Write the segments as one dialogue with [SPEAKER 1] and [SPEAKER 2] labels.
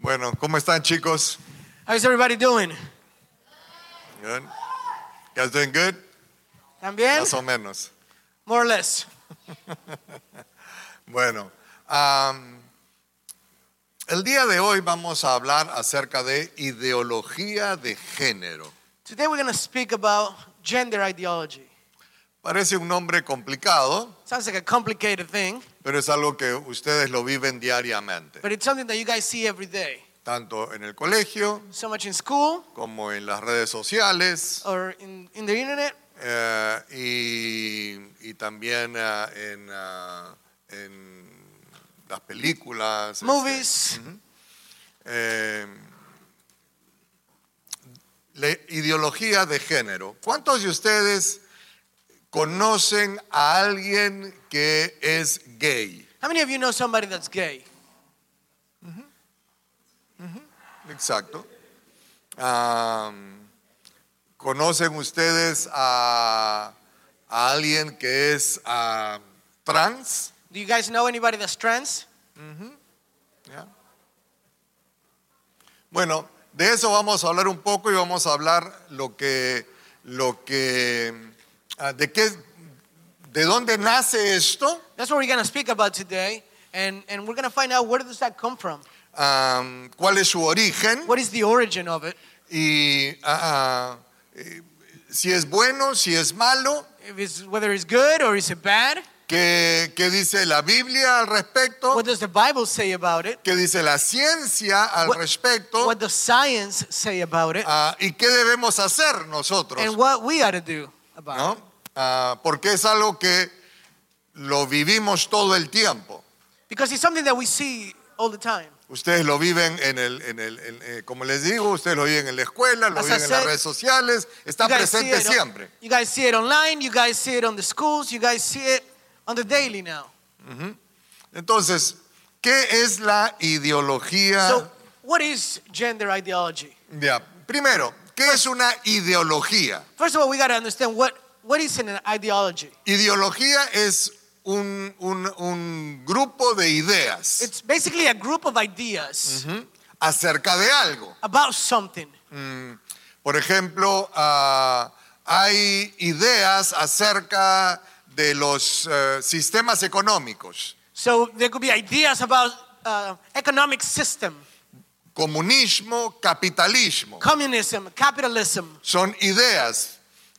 [SPEAKER 1] Bueno, ¿cómo están, chicos?
[SPEAKER 2] How's everybody doing?
[SPEAKER 1] Good. You guys doing good?
[SPEAKER 2] ¿También?
[SPEAKER 1] Más o menos.
[SPEAKER 2] More or less.
[SPEAKER 1] Bueno, am, el día de hoy vamos a hablar acerca de ideología de género.
[SPEAKER 2] Today we're going to speak about gender ideology.
[SPEAKER 1] Parece un nombre complicado,
[SPEAKER 2] Sounds like a complicated thing,
[SPEAKER 1] pero es algo que ustedes lo viven diariamente,
[SPEAKER 2] but it's something that you guys see every day.
[SPEAKER 1] tanto en el colegio
[SPEAKER 2] So much in school
[SPEAKER 1] como en las redes sociales
[SPEAKER 2] or in, in the internet
[SPEAKER 1] eh, y, y también ah, en, ah, en las películas. este,
[SPEAKER 2] movies.
[SPEAKER 1] Mm-hmm. Eh, la ideología de género. ¿Cuántos de ustedes conocen a alguien que es gay?
[SPEAKER 2] How many of you know somebody that's gay?
[SPEAKER 1] Exacto. Ah, ¿Conocen ustedes a, a alguien que es ah, trans?
[SPEAKER 2] Do you guys know anybody that's trans?
[SPEAKER 1] ¿Ya? Bueno, de eso vamos a hablar un poco y vamos a hablar lo que, lo que, ah, de qué, de dónde nace esto,
[SPEAKER 2] That's what we're going to speak about today, and, and we're going to find out where does that come from?
[SPEAKER 1] am, cuál es su origen
[SPEAKER 2] What is the origin of it?
[SPEAKER 1] y ah, ah, eh, si es bueno, si es malo,
[SPEAKER 2] If it's, whether it's good or is it bad?
[SPEAKER 1] qué, qué dice la Biblia al respecto,
[SPEAKER 2] What does the Bible say about it?
[SPEAKER 1] qué dice la ciencia al
[SPEAKER 2] What-
[SPEAKER 1] respecto
[SPEAKER 2] What does science say about it?
[SPEAKER 1] ah, y qué debemos hacer nosotros.
[SPEAKER 2] And what we ought to do about it.
[SPEAKER 1] ¿no? Ah, porque es algo que lo vivimos todo el tiempo.
[SPEAKER 2] Because it's something that we see all the time.
[SPEAKER 1] Ustedes lo viven en el, en el- en- eh, como les digo, ustedes lo viven en la escuela, lo
[SPEAKER 2] As I
[SPEAKER 1] viven en las
[SPEAKER 2] said,
[SPEAKER 1] redes sociales, está
[SPEAKER 2] You guys, see
[SPEAKER 1] presente
[SPEAKER 2] it on-
[SPEAKER 1] siempre.
[SPEAKER 2] you guys see it online, you guys see it on the schools, you guys see it on the daily now.
[SPEAKER 1] Entonces, ¿qué es la ideología?
[SPEAKER 2] So, what is gender ideology?
[SPEAKER 1] Ya, Primero, ¿qué es una ideología?
[SPEAKER 2] First of all, we got to understand what, what is an ideology.
[SPEAKER 1] Ideología es un, un- un grupo de ideas
[SPEAKER 2] It's basically a group of ideas
[SPEAKER 1] ¿m? acerca de algo.
[SPEAKER 2] about something.
[SPEAKER 1] Por ejemplo, ah, hay ideas acerca de los eh, sistemas económicos,
[SPEAKER 2] So, there could be ideas about uh, economic system,
[SPEAKER 1] comunismo, capitalismo.
[SPEAKER 2] communism, capitalism.
[SPEAKER 1] Son ideas,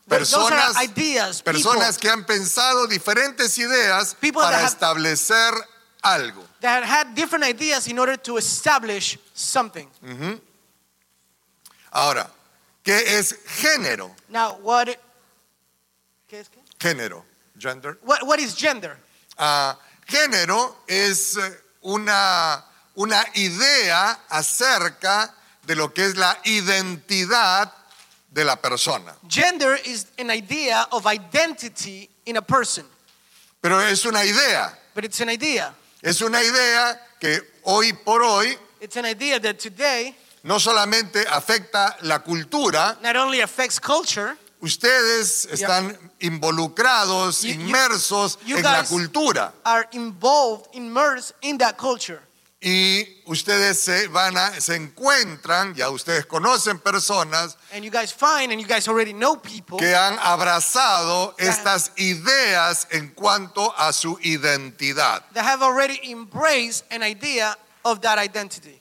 [SPEAKER 2] Those are
[SPEAKER 1] personas,
[SPEAKER 2] ideas, people.
[SPEAKER 1] personas que han pensado diferentes ideas
[SPEAKER 2] People
[SPEAKER 1] para
[SPEAKER 2] that have-
[SPEAKER 1] establecer algo.
[SPEAKER 2] That had different ideas in order to establish something.
[SPEAKER 1] Ahora, ¿qué es género?
[SPEAKER 2] Now, what, ¿qué es qué?
[SPEAKER 1] Género, gender.
[SPEAKER 2] what, what is gender?
[SPEAKER 1] Ah, género es eh, una, una idea acerca de lo que es la identidad de la persona.
[SPEAKER 2] Gender is an idea of identity in a person,
[SPEAKER 1] Pero es una idea,
[SPEAKER 2] but it's an idea.
[SPEAKER 1] es una idea que hoy por hoy
[SPEAKER 2] It's an idea that today
[SPEAKER 1] no solamente afecta la cultura,
[SPEAKER 2] not only affects culture,
[SPEAKER 1] ustedes están involucrados,
[SPEAKER 2] You- you-
[SPEAKER 1] inmersos
[SPEAKER 2] you
[SPEAKER 1] en la
[SPEAKER 2] guys-
[SPEAKER 1] cultura
[SPEAKER 2] are involved, immersed in that culture.
[SPEAKER 1] y ustedes se van a, se encuentran, ya ustedes conocen personas
[SPEAKER 2] And you guys find, and you guys already know people
[SPEAKER 1] que han abrazado
[SPEAKER 2] Ya.
[SPEAKER 1] estas ideas en cuanto a su identidad.
[SPEAKER 2] that have already embraced an idea of that identity.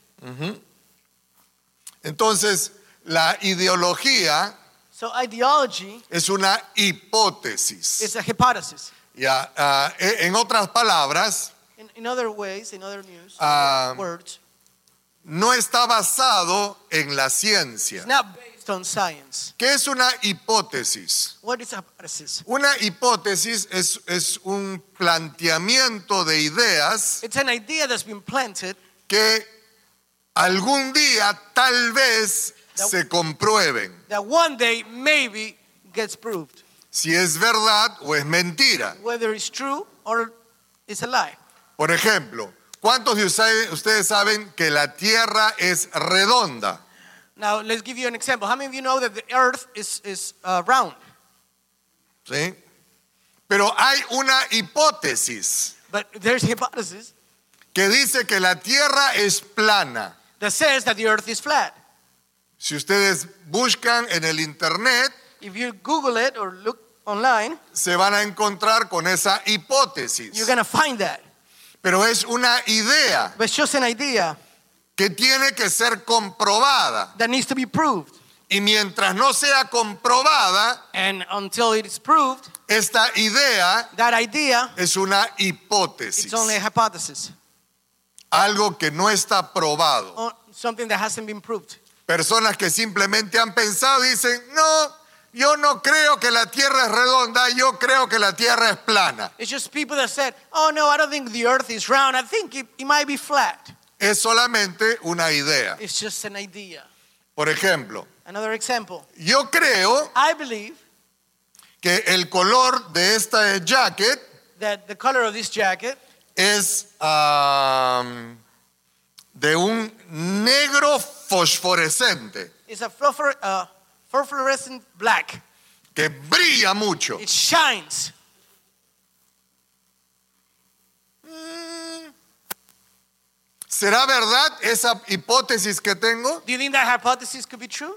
[SPEAKER 1] Entonces, la ideología
[SPEAKER 2] So, ideology
[SPEAKER 1] es una hipótesis.
[SPEAKER 2] is a hypothesis.
[SPEAKER 1] Ya, ah, e- en otras palabras,
[SPEAKER 2] In, in other ways, in other news,
[SPEAKER 1] Um,
[SPEAKER 2] words,
[SPEAKER 1] no está basado en la ciencia.
[SPEAKER 2] it's not based on science.
[SPEAKER 1] ¿Qué es una hipótesis?
[SPEAKER 2] What is a hypothesis?
[SPEAKER 1] Una hipótesis es, es un planteamiento de ideas
[SPEAKER 2] It's an idea that's been planted
[SPEAKER 1] que algún día tal vez
[SPEAKER 2] Ya.
[SPEAKER 1] se comprueben.
[SPEAKER 2] that one day maybe gets proved,
[SPEAKER 1] si es verdad o es mentira.
[SPEAKER 2] whether it's true or it's a lie.
[SPEAKER 1] Por ejemplo, ¿cuántos de ustedes, ustedes saben que la Tierra es redonda?
[SPEAKER 2] Now, let's give you an example. How many of you know that the earth is, is uh, round?
[SPEAKER 1] ¿Sí? Pero hay una hipótesis
[SPEAKER 2] But there's hypothesis
[SPEAKER 1] que dice que la Tierra es plana.
[SPEAKER 2] that says that the earth is flat.
[SPEAKER 1] Si ustedes buscan en el internet,
[SPEAKER 2] If you Google it or look online,
[SPEAKER 1] se van a encontrar con esa hipótesis.
[SPEAKER 2] you're going to find that.
[SPEAKER 1] Pero es una idea
[SPEAKER 2] But it's just an idea
[SPEAKER 1] que tiene que ser comprobada.
[SPEAKER 2] that needs to be proved.
[SPEAKER 1] Y mientras no sea comprobada,
[SPEAKER 2] And until it is proved,
[SPEAKER 1] esta idea
[SPEAKER 2] that idea
[SPEAKER 1] es una
[SPEAKER 2] it's
[SPEAKER 1] hipótesis.
[SPEAKER 2] only a hypothesis,
[SPEAKER 1] Algo que no está probado.
[SPEAKER 2] or something that hasn't been proved.
[SPEAKER 1] Personas que simplemente han pensado y dicen, no, yo no creo que la Tierra es redonda, yo creo que la Tierra es plana.
[SPEAKER 2] It's just people that said, "Oh no, I don't think the earth is round. I think it, it might be flat."
[SPEAKER 1] Es solamente una idea.
[SPEAKER 2] It's just an idea.
[SPEAKER 1] Por ejemplo,
[SPEAKER 2] Another example.
[SPEAKER 1] yo creo
[SPEAKER 2] I believe
[SPEAKER 1] que el color de esta jacket
[SPEAKER 2] that the color of this jacket
[SPEAKER 1] es am, de un negro fosforescente
[SPEAKER 2] is a fluor- uh, fluorescent black.
[SPEAKER 1] que brilla mucho.
[SPEAKER 2] It shines.
[SPEAKER 1] ¿Será verdad esa hipótesis que tengo?
[SPEAKER 2] Do you think that hypothesis could be true?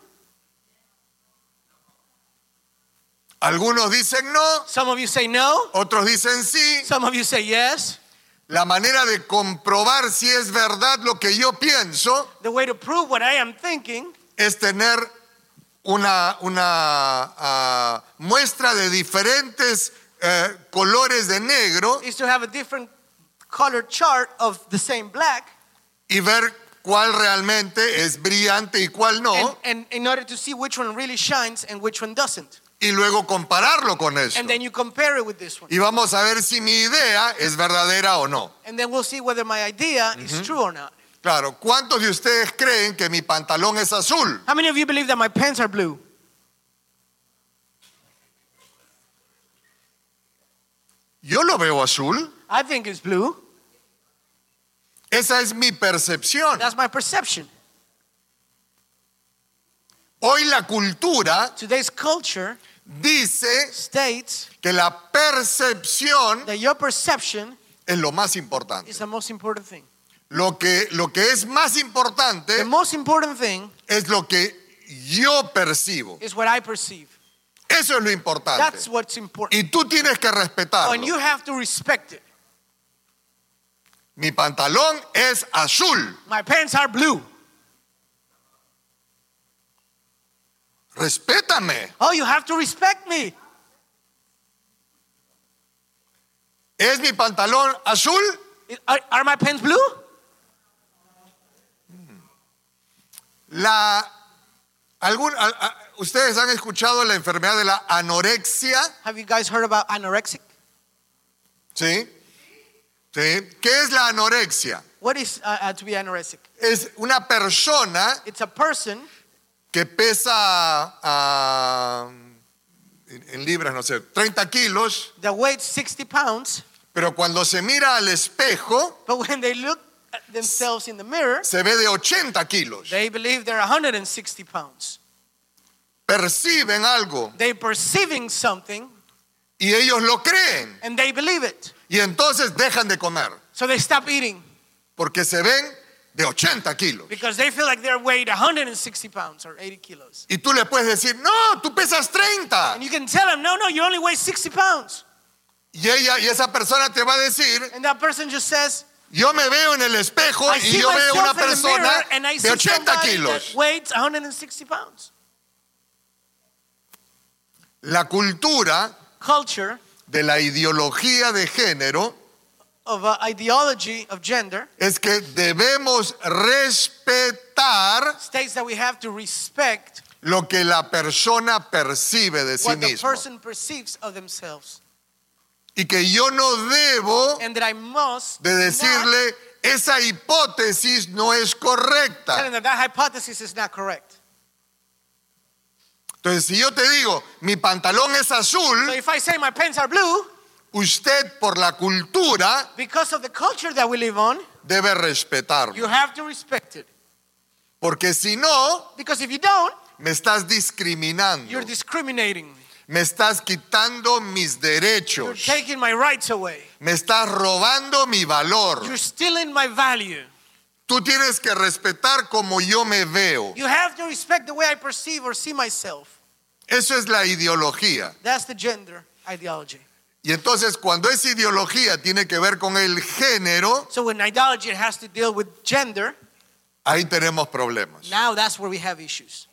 [SPEAKER 1] Algunos dicen no,
[SPEAKER 2] Some of you say no.
[SPEAKER 1] otros dicen sí.
[SPEAKER 2] Some of you say yes.
[SPEAKER 1] La manera de comprobar si es verdad lo que yo pienso
[SPEAKER 2] The way to prove what I am thinking
[SPEAKER 1] es tener una, una ah, muestra de diferentes eh, colores de negro
[SPEAKER 2] is to have a different color chart of the same black
[SPEAKER 1] y ver cuál realmente es brillante y cuál no.
[SPEAKER 2] and, and in order to see which one really shines and which one doesn't.
[SPEAKER 1] y luego compararlo con eso.
[SPEAKER 2] And then you compare it with this one.
[SPEAKER 1] Y vamos a ver si mi idea es verdadera o no.
[SPEAKER 2] And then we'll see whether my idea is true or not.
[SPEAKER 1] Claro, ¿cuántos de ustedes creen que mi pantalón es azul?
[SPEAKER 2] How many of you believe that my pants are blue?
[SPEAKER 1] Yo lo veo azul.
[SPEAKER 2] I think it's blue.
[SPEAKER 1] Esa es mi percepción.
[SPEAKER 2] That's my perception.
[SPEAKER 1] Hoy la cultura
[SPEAKER 2] Today's culture
[SPEAKER 1] dice
[SPEAKER 2] states
[SPEAKER 1] que la percepción
[SPEAKER 2] that your perception
[SPEAKER 1] es lo más importante.
[SPEAKER 2] is the most important thing.
[SPEAKER 1] Lo que, lo que es más
[SPEAKER 2] The
[SPEAKER 1] importante
[SPEAKER 2] most important thing
[SPEAKER 1] es lo que yo percibo.
[SPEAKER 2] is what I perceive.
[SPEAKER 1] Eso es lo importante.
[SPEAKER 2] That's what's important.
[SPEAKER 1] Y tú tienes que
[SPEAKER 2] And you
[SPEAKER 1] respetarlo.
[SPEAKER 2] have to respect it.
[SPEAKER 1] Mi pantalón es azul.
[SPEAKER 2] My pants are blue.
[SPEAKER 1] Respétame.
[SPEAKER 2] Oh, you have to respect me.
[SPEAKER 1] ¿Es mi pantalón azul?
[SPEAKER 2] Are, are my pants blue?
[SPEAKER 1] La, algún- a- a- ustedes han escuchado la enfermedad de la anorexia,
[SPEAKER 2] Have you guys heard about anorexic?
[SPEAKER 1] ¿sí? ¿Sí? ¿Qué es la anorexia?
[SPEAKER 2] What is uh, uh, to be anorexic?
[SPEAKER 1] Es una persona
[SPEAKER 2] It's a person
[SPEAKER 1] que pesa ah, en, en libras, no sé, 30 kilos,
[SPEAKER 2] that weighs 60 pounds,
[SPEAKER 1] pero cuando se mira al espejo
[SPEAKER 2] but when they look at themselves in the mirror,
[SPEAKER 1] se ve de 80 kilos.
[SPEAKER 2] they believe they're 160 pounds.
[SPEAKER 1] Perciben algo
[SPEAKER 2] They're perceiving something
[SPEAKER 1] y ellos lo creen
[SPEAKER 2] and they believe it.
[SPEAKER 1] y entonces dejan de comer
[SPEAKER 2] So they stop eating
[SPEAKER 1] porque se ven de 80 kilos.
[SPEAKER 2] because they feel like they're weighed 160 pounds or 80 kilos.
[SPEAKER 1] Y tú le puedes decir, no, tú pesas 30.
[SPEAKER 2] And you can tell them, no, no, you only weigh 60 pounds.
[SPEAKER 1] Y ella y esa persona te va a decir,
[SPEAKER 2] And that person just says,
[SPEAKER 1] yo me veo en el espejo
[SPEAKER 2] I
[SPEAKER 1] Oh, y
[SPEAKER 2] see
[SPEAKER 1] yo veo una
[SPEAKER 2] myself in the mirror
[SPEAKER 1] persona
[SPEAKER 2] and I
[SPEAKER 1] de
[SPEAKER 2] see
[SPEAKER 1] 80
[SPEAKER 2] somebody that
[SPEAKER 1] kilos.
[SPEAKER 2] weighs 160 pounds.
[SPEAKER 1] La cultura
[SPEAKER 2] Culture
[SPEAKER 1] de la ideología de género
[SPEAKER 2] of uh, ideology of gender
[SPEAKER 1] es que debemos respetar
[SPEAKER 2] states that we have to respect
[SPEAKER 1] lo que la persona percibe de sí
[SPEAKER 2] what the
[SPEAKER 1] mismo
[SPEAKER 2] person perceives of themselves.
[SPEAKER 1] y que yo no debo
[SPEAKER 2] And that I must
[SPEAKER 1] de
[SPEAKER 2] not
[SPEAKER 1] decirle esa hipótesis no es
[SPEAKER 2] tell them
[SPEAKER 1] correcta.
[SPEAKER 2] that that hypothesis is not correct.
[SPEAKER 1] Entonces, si yo te digo, mi pantalón es azul,
[SPEAKER 2] So if I say my pants are blue,
[SPEAKER 1] Usted por la cultura
[SPEAKER 2] because of the culture that we live on,
[SPEAKER 1] debe respetarlo,
[SPEAKER 2] you have to respect it.
[SPEAKER 1] porque si no,
[SPEAKER 2] Because if you don't,
[SPEAKER 1] me estás
[SPEAKER 2] you're
[SPEAKER 1] discriminando,
[SPEAKER 2] discriminating me.
[SPEAKER 1] me estás quitando mis
[SPEAKER 2] You're
[SPEAKER 1] derechos,
[SPEAKER 2] taking my rights away.
[SPEAKER 1] me estás robando mi valor.
[SPEAKER 2] You're stealing my value.
[SPEAKER 1] Tú tienes que respetar como yo me veo.
[SPEAKER 2] You have to respect the way I perceive or see myself.
[SPEAKER 1] Eso es la ideología.
[SPEAKER 2] That's the gender ideology.
[SPEAKER 1] Y entonces cuando es ideología tiene que ver con el género,
[SPEAKER 2] So when ideology has to deal with gender,
[SPEAKER 1] ahí tenemos problemas.
[SPEAKER 2] now that's where we have issues.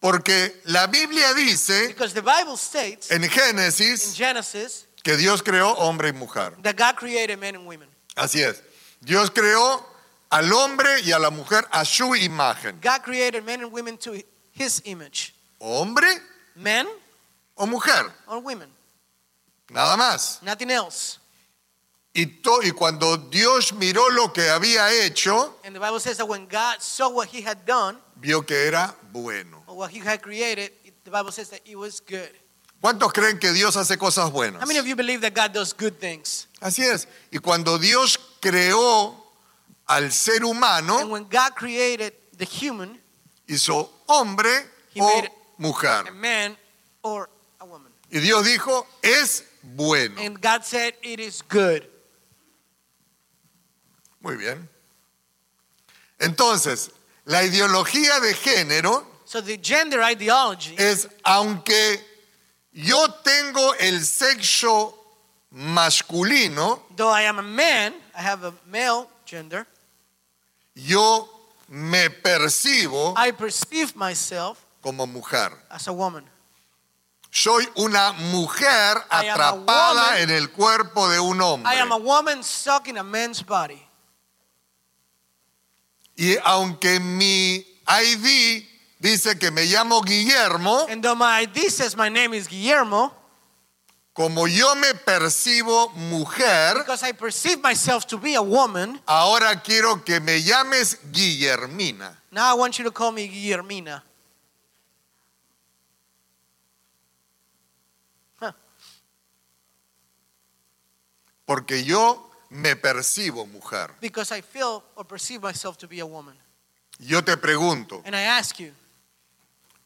[SPEAKER 1] Porque la Biblia dice
[SPEAKER 2] Because the Bible states
[SPEAKER 1] en
[SPEAKER 2] in
[SPEAKER 1] Génesis
[SPEAKER 2] Genesis
[SPEAKER 1] que Dios creó hombre y mujer.
[SPEAKER 2] that God created men and women.
[SPEAKER 1] Así es. Dios creó al hombre y a la mujer a su imagen.
[SPEAKER 2] God created men and women to his image.
[SPEAKER 1] Hombre
[SPEAKER 2] Men
[SPEAKER 1] o mujer,
[SPEAKER 2] or women,
[SPEAKER 1] nada más.
[SPEAKER 2] nothing else.
[SPEAKER 1] Y, to- y cuando Dios miró lo que había hecho,
[SPEAKER 2] And the Bible says that when God saw what he had done
[SPEAKER 1] vio que era bueno.
[SPEAKER 2] or what he had created, it- the Bible says that it was good.
[SPEAKER 1] ¿Cuántos creen que Dios hace cosas
[SPEAKER 2] How
[SPEAKER 1] buenas?
[SPEAKER 2] many of you believe that God does good things?
[SPEAKER 1] Así es. Y cuando Dios creó al ser
[SPEAKER 2] And
[SPEAKER 1] humano,
[SPEAKER 2] when God created the human,
[SPEAKER 1] hizo hombre
[SPEAKER 2] He
[SPEAKER 1] o
[SPEAKER 2] made- a
[SPEAKER 1] mujer.
[SPEAKER 2] man or a woman,
[SPEAKER 1] Y Dios dijo, es bueno.
[SPEAKER 2] and God said it is good.
[SPEAKER 1] Muy bien. Entonces, la ideología de género
[SPEAKER 2] So the gender ideology
[SPEAKER 1] es, aunque yo tengo el sexo masculino,
[SPEAKER 2] Though I am a man, I have a male gender.
[SPEAKER 1] yo me percibo
[SPEAKER 2] I perceive myself
[SPEAKER 1] como mujer.
[SPEAKER 2] as a woman.
[SPEAKER 1] Soy una mujer
[SPEAKER 2] I am a woman.
[SPEAKER 1] atrapada en el cuerpo de un
[SPEAKER 2] I am a
[SPEAKER 1] hombre.
[SPEAKER 2] woman stuck in a man's body.
[SPEAKER 1] Y aunque mi ID dice que me llamo Guillermo,
[SPEAKER 2] And though my ID says my name is Guillermo,
[SPEAKER 1] como yo me percibo mujer,
[SPEAKER 2] because I perceive myself to be a woman,
[SPEAKER 1] ahora quiero que me llames Guillermina.
[SPEAKER 2] now I want you to call me Guillermina.
[SPEAKER 1] porque yo me percibo mujer.
[SPEAKER 2] Because I feel or perceive myself to be a woman.
[SPEAKER 1] Yo te pregunto,
[SPEAKER 2] And I ask you,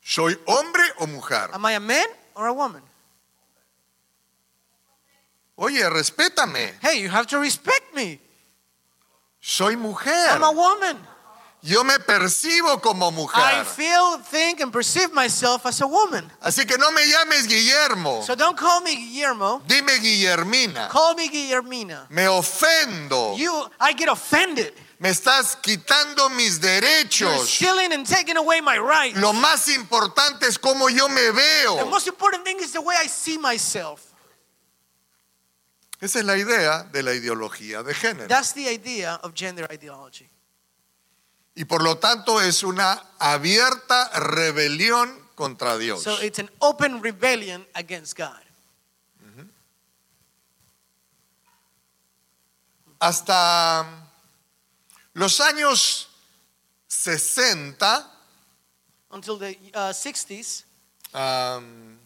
[SPEAKER 1] ¿soy hombre o mujer?
[SPEAKER 2] am I a man or a woman?
[SPEAKER 1] Oye, respétame.
[SPEAKER 2] Hey, you have to respect me.
[SPEAKER 1] Soy mujer.
[SPEAKER 2] I'm a woman.
[SPEAKER 1] Yo me percibo como
[SPEAKER 2] I
[SPEAKER 1] mujer.
[SPEAKER 2] feel, think, and perceive myself as a woman.
[SPEAKER 1] Así que no me llames Guillermo.
[SPEAKER 2] So don't call me Guillermo.
[SPEAKER 1] Dime Guillermina.
[SPEAKER 2] Call me Guillermina.
[SPEAKER 1] Me ofendo.
[SPEAKER 2] You, I get offended.
[SPEAKER 1] Me estás quitando mis
[SPEAKER 2] You're
[SPEAKER 1] derechos.
[SPEAKER 2] stealing and taking away my rights.
[SPEAKER 1] Lo más importante es cómo yo me
[SPEAKER 2] The
[SPEAKER 1] veo.
[SPEAKER 2] most important thing is the way I see myself.
[SPEAKER 1] Esa es la idea de la ideología de género.
[SPEAKER 2] That's the idea of gender ideology.
[SPEAKER 1] Y por lo tanto es una abierta rebelión contra Dios.
[SPEAKER 2] So it's an open rebellion against God.
[SPEAKER 1] hasta los años 60,
[SPEAKER 2] Until the uh, 60s,
[SPEAKER 1] am,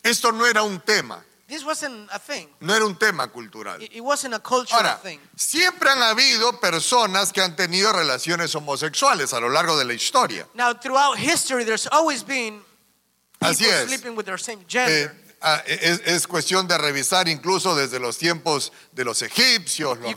[SPEAKER 1] esto no era un tema,
[SPEAKER 2] this wasn't a thing.
[SPEAKER 1] no era un tema cultural.
[SPEAKER 2] It, it wasn't a cultural
[SPEAKER 1] Ahora,
[SPEAKER 2] thing.
[SPEAKER 1] siempre han habido personas que han tenido relaciones homosexuales a lo largo de la historia.
[SPEAKER 2] Now, throughout history, there's always been people
[SPEAKER 1] Así es.
[SPEAKER 2] sleeping with their same
[SPEAKER 1] Eh,
[SPEAKER 2] gender.
[SPEAKER 1] ah, es, es cuestión de revisar incluso desde los tiempos de los egipcios, los
[SPEAKER 2] You can see it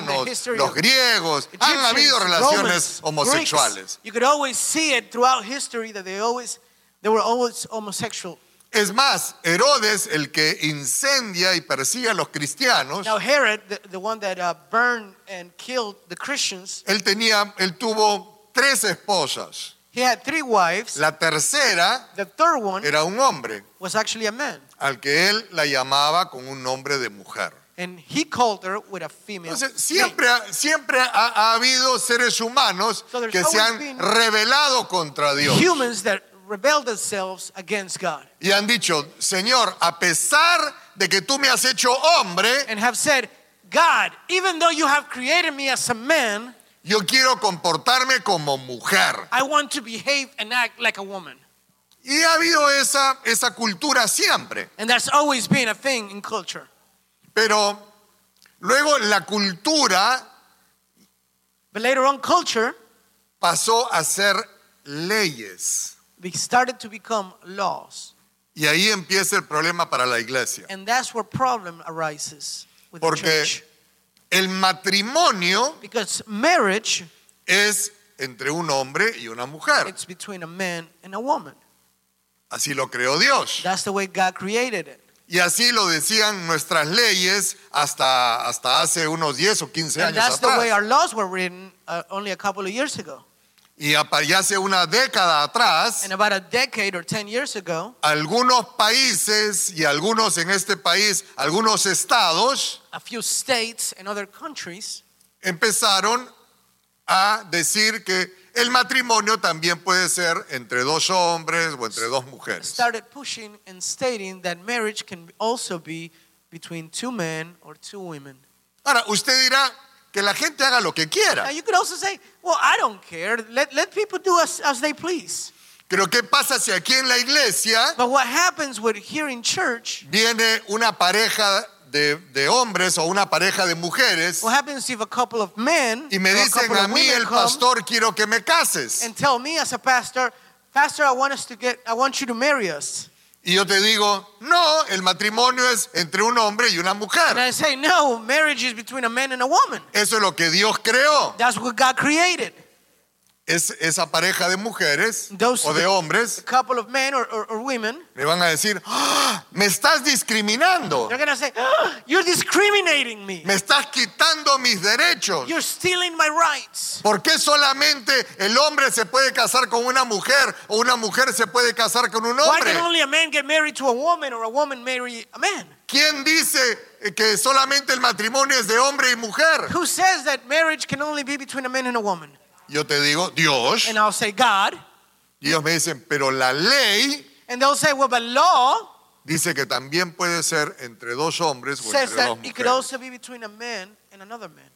[SPEAKER 2] in the
[SPEAKER 1] romanos,
[SPEAKER 2] history
[SPEAKER 1] los
[SPEAKER 2] of
[SPEAKER 1] griegos. Eh, Han habido
[SPEAKER 2] Egyptians,
[SPEAKER 1] relaciones
[SPEAKER 2] Romans,
[SPEAKER 1] homosexuales.
[SPEAKER 2] Greeks. You could always see it throughout history that they always they were always homosexual.
[SPEAKER 1] Es más, Herodes, el que incendia y persigue a los cristianos,
[SPEAKER 2] Now Herod, the, the one that uh, burned and killed the Christians,
[SPEAKER 1] él tenía, él tuvo tres esposas.
[SPEAKER 2] he had three wives.
[SPEAKER 1] La Eh. tercera
[SPEAKER 2] The third one
[SPEAKER 1] era un hombre,
[SPEAKER 2] was actually a man,
[SPEAKER 1] al que él la llamaba con un nombre de mujer.
[SPEAKER 2] and he called her with a female.
[SPEAKER 1] Entonces,
[SPEAKER 2] name.
[SPEAKER 1] siempre, ha- siempre ha, ha habido seres humanos
[SPEAKER 2] So there's
[SPEAKER 1] que se
[SPEAKER 2] always
[SPEAKER 1] han
[SPEAKER 2] been
[SPEAKER 1] rebelado contra Dios
[SPEAKER 2] Humans that rebelled themselves against God
[SPEAKER 1] y han dicho, Señor, a pesar de que tú me has hecho hombre,
[SPEAKER 2] and have said, God, even though you have created me as a man,
[SPEAKER 1] yo quiero comportarme como mujer.
[SPEAKER 2] I want to behave and act like a woman.
[SPEAKER 1] Y ha habido esa, esa cultura siempre.
[SPEAKER 2] And that's always been a thing in culture.
[SPEAKER 1] Pero luego la cultura
[SPEAKER 2] But later on, culture
[SPEAKER 1] pasó a ser leyes.
[SPEAKER 2] be- started to become laws,
[SPEAKER 1] Y ahí empieza el problema para la iglesia.
[SPEAKER 2] and that's where problem arises with the
[SPEAKER 1] Porque
[SPEAKER 2] church.
[SPEAKER 1] El matrimonio
[SPEAKER 2] Because marriage,
[SPEAKER 1] es entre un hombre y una mujer.
[SPEAKER 2] it's between a man and a woman.
[SPEAKER 1] Así lo creó Dios.
[SPEAKER 2] That's the way God created it.
[SPEAKER 1] Y así lo decían nuestras leyes hasta, hasta hace unos 10 o 15 años
[SPEAKER 2] And that's the way
[SPEAKER 1] atrás.
[SPEAKER 2] our laws were written uh, only a couple of years ago.
[SPEAKER 1] Y apa- y hace una década atrás,
[SPEAKER 2] And about a decade or 10 years ago,
[SPEAKER 1] algunos países y algunos en este país, algunos estados,
[SPEAKER 2] a few states and other countries
[SPEAKER 1] empezaron a decir que el matrimonio también puede ser entre dos hombres o entre dos mujeres.
[SPEAKER 2] started pushing and stating that marriage can also be between two men or two women.
[SPEAKER 1] Ahora, usted dirá que la gente haga lo que
[SPEAKER 2] Now,
[SPEAKER 1] quiera,
[SPEAKER 2] you could also say, well, I don't care. Let, let people do as, as they please.
[SPEAKER 1] pero ¿qué pasa si aquí en la iglesia
[SPEAKER 2] But what happens with here in church,
[SPEAKER 1] viene una pareja de, de hombres o una pareja de mujeres
[SPEAKER 2] what happens if a couple of men
[SPEAKER 1] y me
[SPEAKER 2] or a
[SPEAKER 1] dicen
[SPEAKER 2] couple
[SPEAKER 1] a
[SPEAKER 2] of
[SPEAKER 1] mí,
[SPEAKER 2] women
[SPEAKER 1] el
[SPEAKER 2] come
[SPEAKER 1] pastor, quiero que me cases?
[SPEAKER 2] and tell me as a pastor, pastor, I want us to get, I want you to marry us.
[SPEAKER 1] Y yo te digo, no, el matrimonio es entre un hombre y una
[SPEAKER 2] And
[SPEAKER 1] mujer.
[SPEAKER 2] I say, no, marriage is between a man and a woman.
[SPEAKER 1] Eso es lo que Dios creó.
[SPEAKER 2] That's what God created.
[SPEAKER 1] Es esa pareja de mujeres
[SPEAKER 2] Those-
[SPEAKER 1] o de hombres
[SPEAKER 2] A couple of men or, or, or women,
[SPEAKER 1] me van a decir, "Ah, me estás discriminando,
[SPEAKER 2] they're going to say, "Ah, you're discriminating me.
[SPEAKER 1] me estás quitando mis derechos.
[SPEAKER 2] You're stealing my rights.
[SPEAKER 1] ¿Por qué solamente el hombre se puede casar con una mujer o una mujer se puede casar con un
[SPEAKER 2] Why can
[SPEAKER 1] hombre?
[SPEAKER 2] only a man get married to a woman or a woman marry a man?
[SPEAKER 1] ¿Quién dice que solamente el matrimonio es de hombre y mujer?
[SPEAKER 2] Who says that marriage can only be between a man and a woman?
[SPEAKER 1] Yo te digo, Dios.
[SPEAKER 2] And I'll say, God.
[SPEAKER 1] Y ellos me dicen, pero la ley
[SPEAKER 2] And they'll say, well, but law
[SPEAKER 1] dice que también puede ser entre dos hombres o
[SPEAKER 2] says
[SPEAKER 1] entre dos
[SPEAKER 2] that it could
[SPEAKER 1] mujeres.
[SPEAKER 2] also be between a man and another man.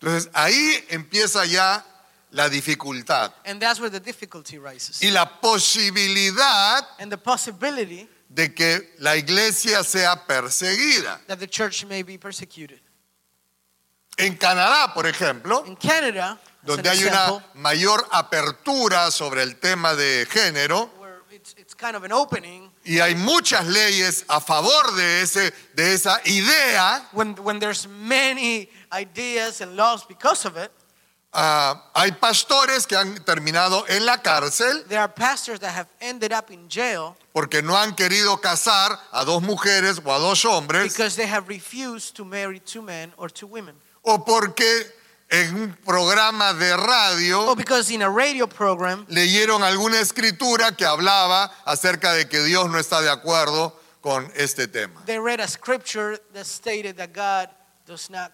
[SPEAKER 1] Entonces ahí empieza ya la dificultad
[SPEAKER 2] And that's where the difficulty rises.
[SPEAKER 1] y la posibilidad
[SPEAKER 2] And the possibility
[SPEAKER 1] de que la iglesia sea perseguida.
[SPEAKER 2] that the church may be persecuted.
[SPEAKER 1] En Canadá, por ejemplo,
[SPEAKER 2] In Canada, as an
[SPEAKER 1] donde hay
[SPEAKER 2] example,
[SPEAKER 1] una mayor apertura sobre el tema de género
[SPEAKER 2] where it's, it's kind of an opening,
[SPEAKER 1] y hay muchas leyes a favor de, ese, de esa idea,
[SPEAKER 2] when, when there's many ideas and laws because of it,
[SPEAKER 1] ah, hay pastores que han terminado en la cárcel
[SPEAKER 2] there are pastors that have ended up in jail
[SPEAKER 1] porque no han querido casar a dos mujeres o a dos hombres
[SPEAKER 2] because they have refused to marry two men or two women.
[SPEAKER 1] o porque en un programa de
[SPEAKER 2] Or
[SPEAKER 1] radio
[SPEAKER 2] Oh, because in a radio program,
[SPEAKER 1] leyeron alguna escritura que hablaba acerca de que Dios no está de acuerdo con este tema.
[SPEAKER 2] they read a scripture that stated that God does not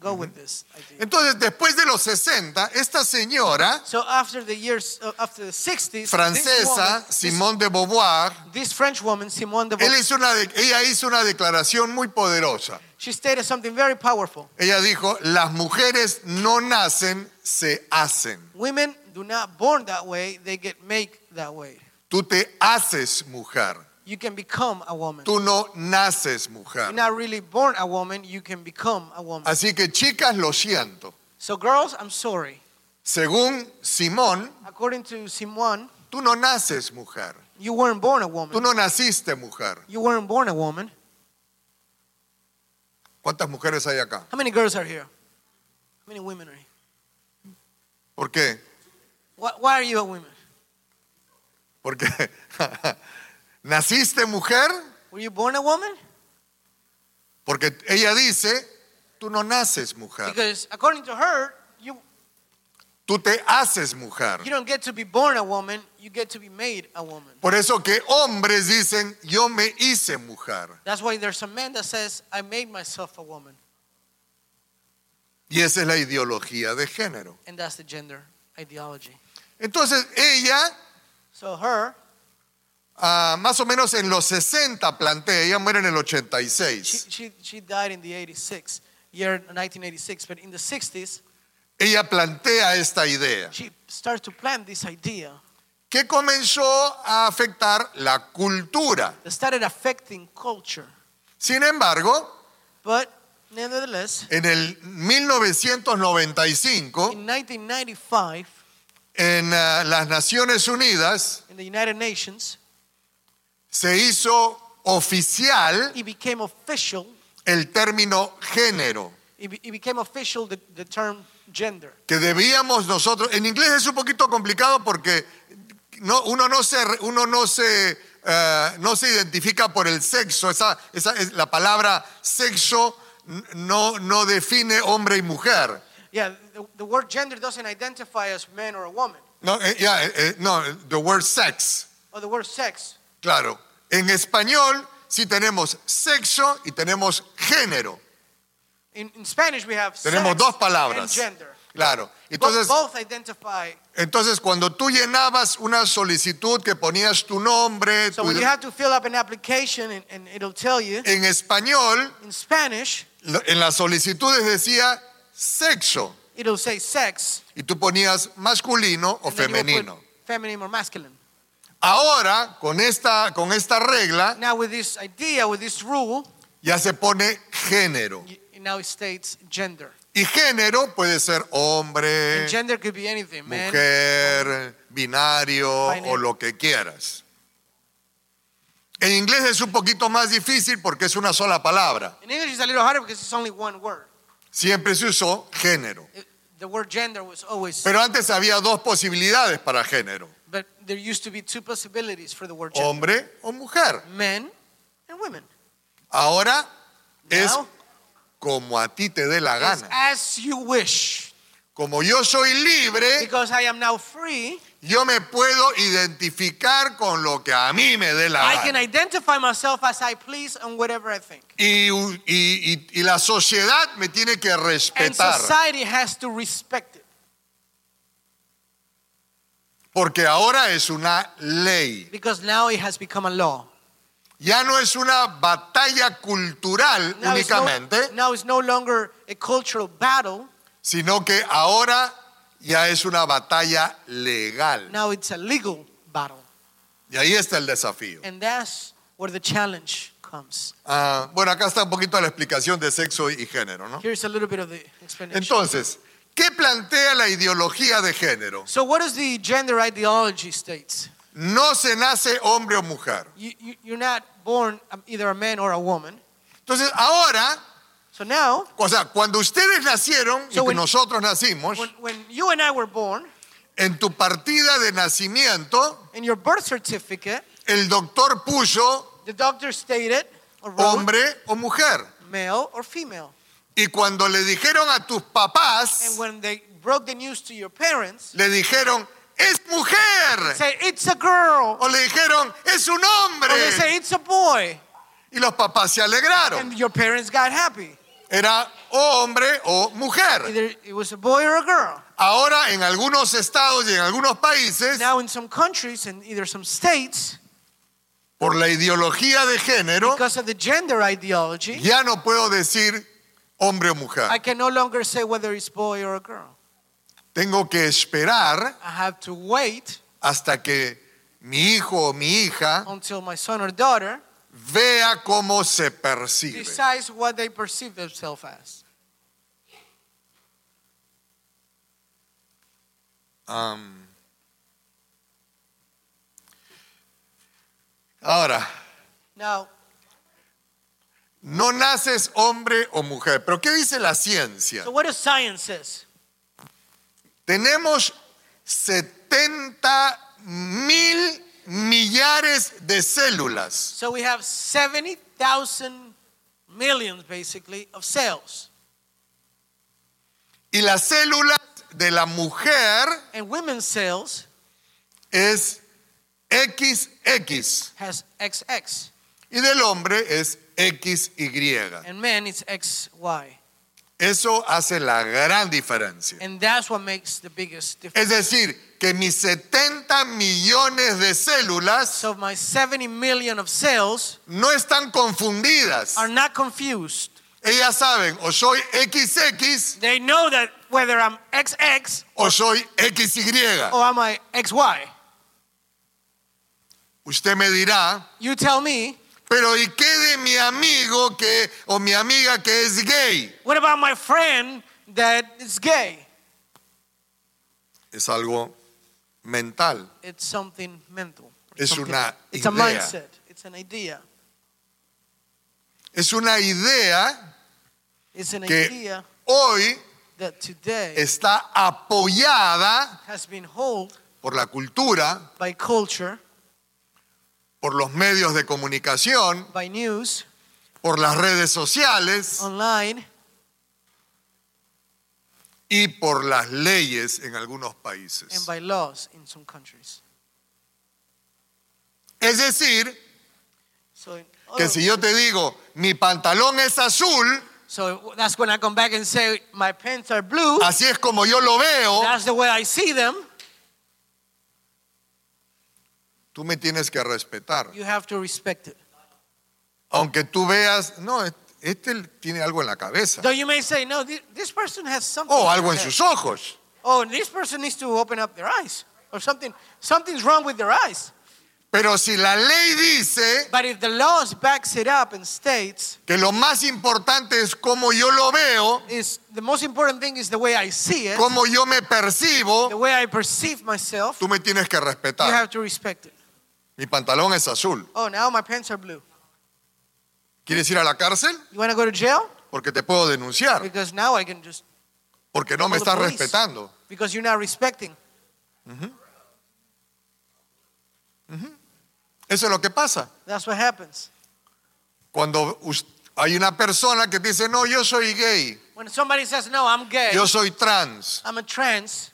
[SPEAKER 2] go
[SPEAKER 1] Mm-hmm.
[SPEAKER 2] with this idea.
[SPEAKER 1] Entonces, después de los 60, esta señora
[SPEAKER 2] So after the years, uh, after the 60s, this, woman,
[SPEAKER 1] francesa,
[SPEAKER 2] this-
[SPEAKER 1] Simone de Beauvoir,
[SPEAKER 2] this French woman, Simone de
[SPEAKER 1] él
[SPEAKER 2] Beauvoir,
[SPEAKER 1] hizo una de- ella hizo una declaración muy poderosa.
[SPEAKER 2] she stated something very powerful.
[SPEAKER 1] Ella dijo, las mujeres no nacen, se hacen.
[SPEAKER 2] Women do not born that way, they get made that way.
[SPEAKER 1] Tú te haces mujer,
[SPEAKER 2] You can become a woman.
[SPEAKER 1] tú no naces mujer.
[SPEAKER 2] You're not really born a woman, you can become a woman.
[SPEAKER 1] Así que chicas, lo siento.
[SPEAKER 2] So girls, I'm sorry.
[SPEAKER 1] Según Simón,
[SPEAKER 2] According to Simone,
[SPEAKER 1] tú no naces mujer,
[SPEAKER 2] you weren't born a
[SPEAKER 1] tú
[SPEAKER 2] woman.
[SPEAKER 1] no naciste mujer.
[SPEAKER 2] You weren't born a woman.
[SPEAKER 1] ¿Cuántas mujeres hay acá?
[SPEAKER 2] How many girls are here? How many women are here?
[SPEAKER 1] ¿Por qué?
[SPEAKER 2] Why, why are you a woman?
[SPEAKER 1] Porque naciste mujer
[SPEAKER 2] Were you born a woman?
[SPEAKER 1] porque ella dice, tú no naces mujer,
[SPEAKER 2] Because according to her, you
[SPEAKER 1] tú te haces mujer.
[SPEAKER 2] you don't get to be born a woman, you get to be made a woman.
[SPEAKER 1] Por eso que hombres dicen, yo me hice mujer.
[SPEAKER 2] That's why there's a man that says, I made myself a woman.
[SPEAKER 1] Y esa es la ideología de género.
[SPEAKER 2] And that's the gender ideology.
[SPEAKER 1] Entonces ella,
[SPEAKER 2] So her,
[SPEAKER 1] ah, más o menos en los 60 plantea, ella muere en el
[SPEAKER 2] she,
[SPEAKER 1] 86,
[SPEAKER 2] she, she died in the 86, year 1986. But in the 60s,
[SPEAKER 1] ella plantea esta idea,
[SPEAKER 2] she starts to plant this idea
[SPEAKER 1] que comenzó a afectar la cultura.
[SPEAKER 2] that started affecting culture.
[SPEAKER 1] Sin embargo,
[SPEAKER 2] But nevertheless,
[SPEAKER 1] en el 1995,
[SPEAKER 2] in 1995,
[SPEAKER 1] en ah, las Naciones Unidas
[SPEAKER 2] in the United Nations,
[SPEAKER 1] se hizo oficial
[SPEAKER 2] it became official
[SPEAKER 1] el término género,
[SPEAKER 2] It, be- it became official the, the term gender.
[SPEAKER 1] que debíamos nosotros, en inglés es un poquito complicado porque no, uno no se, uno no se, eh, no se identifica por el sexo, esa, esa es la palabra sexo n- no, no define hombre y mujer.
[SPEAKER 2] Yeah, the, the word gender doesn't identify as man or a woman,
[SPEAKER 1] No, eh, ya, eh, eh, no, the word sex,
[SPEAKER 2] or the word sex.
[SPEAKER 1] claro. En español sí tenemos sexo y tenemos género,
[SPEAKER 2] In, in Spanish, we have
[SPEAKER 1] Tenemos
[SPEAKER 2] sex
[SPEAKER 1] dos
[SPEAKER 2] and
[SPEAKER 1] palabras.
[SPEAKER 2] gender.
[SPEAKER 1] claro.
[SPEAKER 2] Bo-
[SPEAKER 1] Entonces,
[SPEAKER 2] both identify.
[SPEAKER 1] Entonces, cuando tú llenabas una solicitud que ponías tu nombre
[SPEAKER 2] So
[SPEAKER 1] tu-
[SPEAKER 2] when you have to fill up an application, and, and it'll tell you
[SPEAKER 1] en español,
[SPEAKER 2] in Spanish,
[SPEAKER 1] lo- en las solicitudes decía sexo
[SPEAKER 2] it'll say sex,
[SPEAKER 1] y tú ponías masculino o
[SPEAKER 2] and then you will put
[SPEAKER 1] femenino.
[SPEAKER 2] feminine or masculine.
[SPEAKER 1] Ahora, con esta, con esta regla,
[SPEAKER 2] Now with this idea, with this rule,
[SPEAKER 1] ya se pone género.
[SPEAKER 2] y- now it states gender.
[SPEAKER 1] Y género puede ser hombre,
[SPEAKER 2] And gender could be anything, man.
[SPEAKER 1] Eh, mujer, binario o
[SPEAKER 2] Binary.
[SPEAKER 1] lo que quieras. En inglés es un poquito más difícil porque es una sola palabra.
[SPEAKER 2] In English, it's a little harder because it's only one word.
[SPEAKER 1] Siempre se usó género.
[SPEAKER 2] It- the word gender was always,
[SPEAKER 1] Pero antes había dos posibilidades para género,
[SPEAKER 2] but there used to be two possibilities for the word gender:
[SPEAKER 1] hombre o mujer.
[SPEAKER 2] men and women.
[SPEAKER 1] Ahora es
[SPEAKER 2] Now,
[SPEAKER 1] como a ti te dé la
[SPEAKER 2] it's
[SPEAKER 1] gana.
[SPEAKER 2] as you wish,
[SPEAKER 1] Como yo soy libre,
[SPEAKER 2] because I am now free.
[SPEAKER 1] yo me puedo identificar con lo que a mí me dé la
[SPEAKER 2] I can
[SPEAKER 1] gana.
[SPEAKER 2] identify myself as I please and whatever I think.
[SPEAKER 1] Y, u- y- y- y la sociedad me tiene que
[SPEAKER 2] And
[SPEAKER 1] respetar,
[SPEAKER 2] society has to respect it
[SPEAKER 1] porque ahora es una ley.
[SPEAKER 2] because now it has become a law.
[SPEAKER 1] Ya no es una batalla cultural
[SPEAKER 2] Now it's, no,
[SPEAKER 1] únicamente,
[SPEAKER 2] now it's no longer a cultural battle.
[SPEAKER 1] sino que ahora ya es una batalla legal.
[SPEAKER 2] Now it's a legal battle.
[SPEAKER 1] Y ahí está el desafío.
[SPEAKER 2] And that's where the challenge comes.
[SPEAKER 1] Ah, bueno, acá está un poquito la explicación de sexo y género, ¿no?
[SPEAKER 2] Here's a little bit of the explanation.
[SPEAKER 1] Entonces, ¿qué plantea la ideología de género?
[SPEAKER 2] so what does the gender ideology states?
[SPEAKER 1] No se nace hombre o mujer.
[SPEAKER 2] You, you, you're not born um, either a man or a woman.
[SPEAKER 1] Entonces, ahora,
[SPEAKER 2] So now,
[SPEAKER 1] o sea, cuando ustedes nacieron y
[SPEAKER 2] So when-
[SPEAKER 1] nosotros nacimos,
[SPEAKER 2] when, when you and I were born,
[SPEAKER 1] en tu partida de nacimiento,
[SPEAKER 2] in your birth certificate,
[SPEAKER 1] el doctor puso
[SPEAKER 2] the doctor stated or wrote,
[SPEAKER 1] hombre o mujer.
[SPEAKER 2] male or female.
[SPEAKER 1] Y cuando le dijeron a tus
[SPEAKER 2] And
[SPEAKER 1] papás,
[SPEAKER 2] when they broke the news to your parents,
[SPEAKER 1] le dijeron, es mujer.
[SPEAKER 2] say it's a girl,
[SPEAKER 1] O le dijeron, es un
[SPEAKER 2] or they
[SPEAKER 1] hombre.
[SPEAKER 2] say it's a boy,
[SPEAKER 1] Y los papás se alegraron.
[SPEAKER 2] and your parents got happy.
[SPEAKER 1] era o hombre o mujer.
[SPEAKER 2] Either it was a boy or a girl.
[SPEAKER 1] Ahora en algunos estados y en algunos países,
[SPEAKER 2] Now in some countries and either some states,
[SPEAKER 1] por la ideología de género,
[SPEAKER 2] because of the gender ideology,
[SPEAKER 1] ya no puedo decir hombre o
[SPEAKER 2] I
[SPEAKER 1] mujer.
[SPEAKER 2] can no longer say whether it's boy or a girl.
[SPEAKER 1] Tengo que esperar
[SPEAKER 2] I have to wait
[SPEAKER 1] hasta que mi hijo o mi hija
[SPEAKER 2] until my son or daughter
[SPEAKER 1] vea cómo se percibe.
[SPEAKER 2] decides what they perceive themselves as.
[SPEAKER 1] Am. Ahora,
[SPEAKER 2] Now,
[SPEAKER 1] no naces hombre o mujer, pero ¿qué dice la ciencia?
[SPEAKER 2] so what does science says?
[SPEAKER 1] Tenemos 70 mil millares de células
[SPEAKER 2] So we have 70,000 millions basically of cells.
[SPEAKER 1] y las células de la mujer
[SPEAKER 2] And women's cells
[SPEAKER 1] es XX
[SPEAKER 2] has XX
[SPEAKER 1] y del hombre es XY.
[SPEAKER 2] and men it's XY.
[SPEAKER 1] Eso hace la gran diferencia.
[SPEAKER 2] And that's what makes the biggest
[SPEAKER 1] Es
[SPEAKER 2] difference.
[SPEAKER 1] decir, que mis 70 millones de células
[SPEAKER 2] So my 70 million of cells
[SPEAKER 1] no están confundidas.
[SPEAKER 2] are not confused.
[SPEAKER 1] Ellas saben o soy XX
[SPEAKER 2] They know that whether I'm XX
[SPEAKER 1] o soy XY.
[SPEAKER 2] or am I XY?
[SPEAKER 1] Usted me dirá,
[SPEAKER 2] You tell me,
[SPEAKER 1] Pero ¿y qué de mi amigo que o mi amiga que es gay?
[SPEAKER 2] what about my friend that is gay?
[SPEAKER 1] Es algo mental.
[SPEAKER 2] It's something mental.
[SPEAKER 1] Es
[SPEAKER 2] Something-
[SPEAKER 1] una
[SPEAKER 2] it's a
[SPEAKER 1] idea.
[SPEAKER 2] mindset. It's an idea.
[SPEAKER 1] Es una idea
[SPEAKER 2] It's an
[SPEAKER 1] que-
[SPEAKER 2] idea
[SPEAKER 1] hoy
[SPEAKER 2] that today
[SPEAKER 1] está apoyada
[SPEAKER 2] has been held
[SPEAKER 1] por la cultura,
[SPEAKER 2] by culture,
[SPEAKER 1] por los medios de comunicación,
[SPEAKER 2] by news,
[SPEAKER 1] por las redes sociales
[SPEAKER 2] online,
[SPEAKER 1] y por las leyes en algunos
[SPEAKER 2] and
[SPEAKER 1] países.
[SPEAKER 2] by laws in some countries.
[SPEAKER 1] Es decir,
[SPEAKER 2] So, in
[SPEAKER 1] que
[SPEAKER 2] other-
[SPEAKER 1] si yo te digo, mi pantalón es azul,
[SPEAKER 2] so that's when I come back and say, my pants are blue.
[SPEAKER 1] así es como yo lo veo,
[SPEAKER 2] That's the way I see them.
[SPEAKER 1] tú me tienes que respetar.
[SPEAKER 2] You have to respect it.
[SPEAKER 1] Aunque tú veas, no, este tiene algo en la cabeza
[SPEAKER 2] Though you may say, no, thi- this person has something.
[SPEAKER 1] o Oh, algo
[SPEAKER 2] in
[SPEAKER 1] en
[SPEAKER 2] their
[SPEAKER 1] sus ojos.
[SPEAKER 2] head. Oh, this person needs to open up their eyes. Or something, something's wrong with their eyes.
[SPEAKER 1] Pero si la ley dice
[SPEAKER 2] But if the laws backs it up and states,
[SPEAKER 1] que lo más importante es cómo yo lo veo,
[SPEAKER 2] is the most important thing is the way I see it,
[SPEAKER 1] cómo yo me percibo,
[SPEAKER 2] the way I perceive myself,
[SPEAKER 1] tú me tienes que
[SPEAKER 2] you
[SPEAKER 1] respetar.
[SPEAKER 2] have to respect it.
[SPEAKER 1] Mi pantalón es azul.
[SPEAKER 2] Oh, now my pants are blue.
[SPEAKER 1] ¿Quieres ir a la cárcel?
[SPEAKER 2] You want to go to jail?
[SPEAKER 1] Porque te puedo denunciar,
[SPEAKER 2] Because now I can just,
[SPEAKER 1] porque no me
[SPEAKER 2] Call the
[SPEAKER 1] estás
[SPEAKER 2] police.
[SPEAKER 1] respetando.
[SPEAKER 2] because you're not respecting.
[SPEAKER 1] Eso es lo que pasa.
[SPEAKER 2] That's what happens.
[SPEAKER 1] Cuando us- hay una persona que dice, no, yo soy gay,
[SPEAKER 2] When somebody says, no, I'm gay,
[SPEAKER 1] yo soy trans,
[SPEAKER 2] I'm a trans,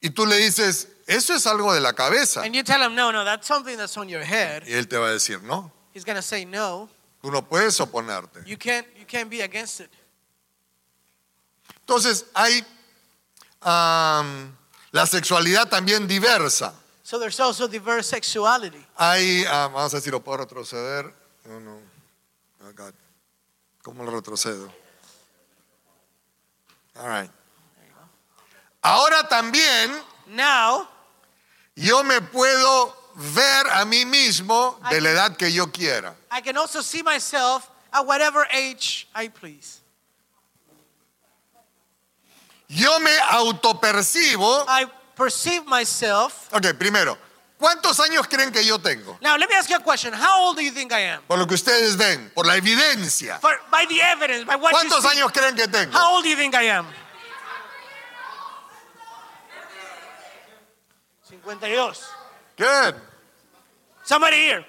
[SPEAKER 1] y tú le dices, eso es algo de la cabeza.
[SPEAKER 2] and you tell him, no, no, that's something that's on your head,
[SPEAKER 1] Y él te va a decir, no,
[SPEAKER 2] he's going to say no.
[SPEAKER 1] tú no puedes oponerte.
[SPEAKER 2] You can't, you can't be against it.
[SPEAKER 1] Entonces, hay am, la sexualidad también diversa.
[SPEAKER 2] So there's also diverse sexuality.
[SPEAKER 1] Hay, ah, vamos a ver si lo puedo retroceder. No, no. Acá. ¿Cómo lo retrocedo? All right. Ahora también
[SPEAKER 2] Now,
[SPEAKER 1] yo me puedo ver a mí mismo de la edad que yo quiera.
[SPEAKER 2] I can also see myself at whatever age I please.
[SPEAKER 1] Yo me autopercibo.
[SPEAKER 2] I perceive myself.
[SPEAKER 1] Ok, primero, ¿cuántos años creen que yo tengo?
[SPEAKER 2] Now, let me ask you a question. How old do you think I am?
[SPEAKER 1] Por lo que ustedes ven, por la evidencia.
[SPEAKER 2] For, by the evidence, by what you
[SPEAKER 1] ¿Cuántos
[SPEAKER 2] see,
[SPEAKER 1] años creen que tengo?
[SPEAKER 2] how old do you think I am? 52.
[SPEAKER 1] Good.
[SPEAKER 2] Somebody here.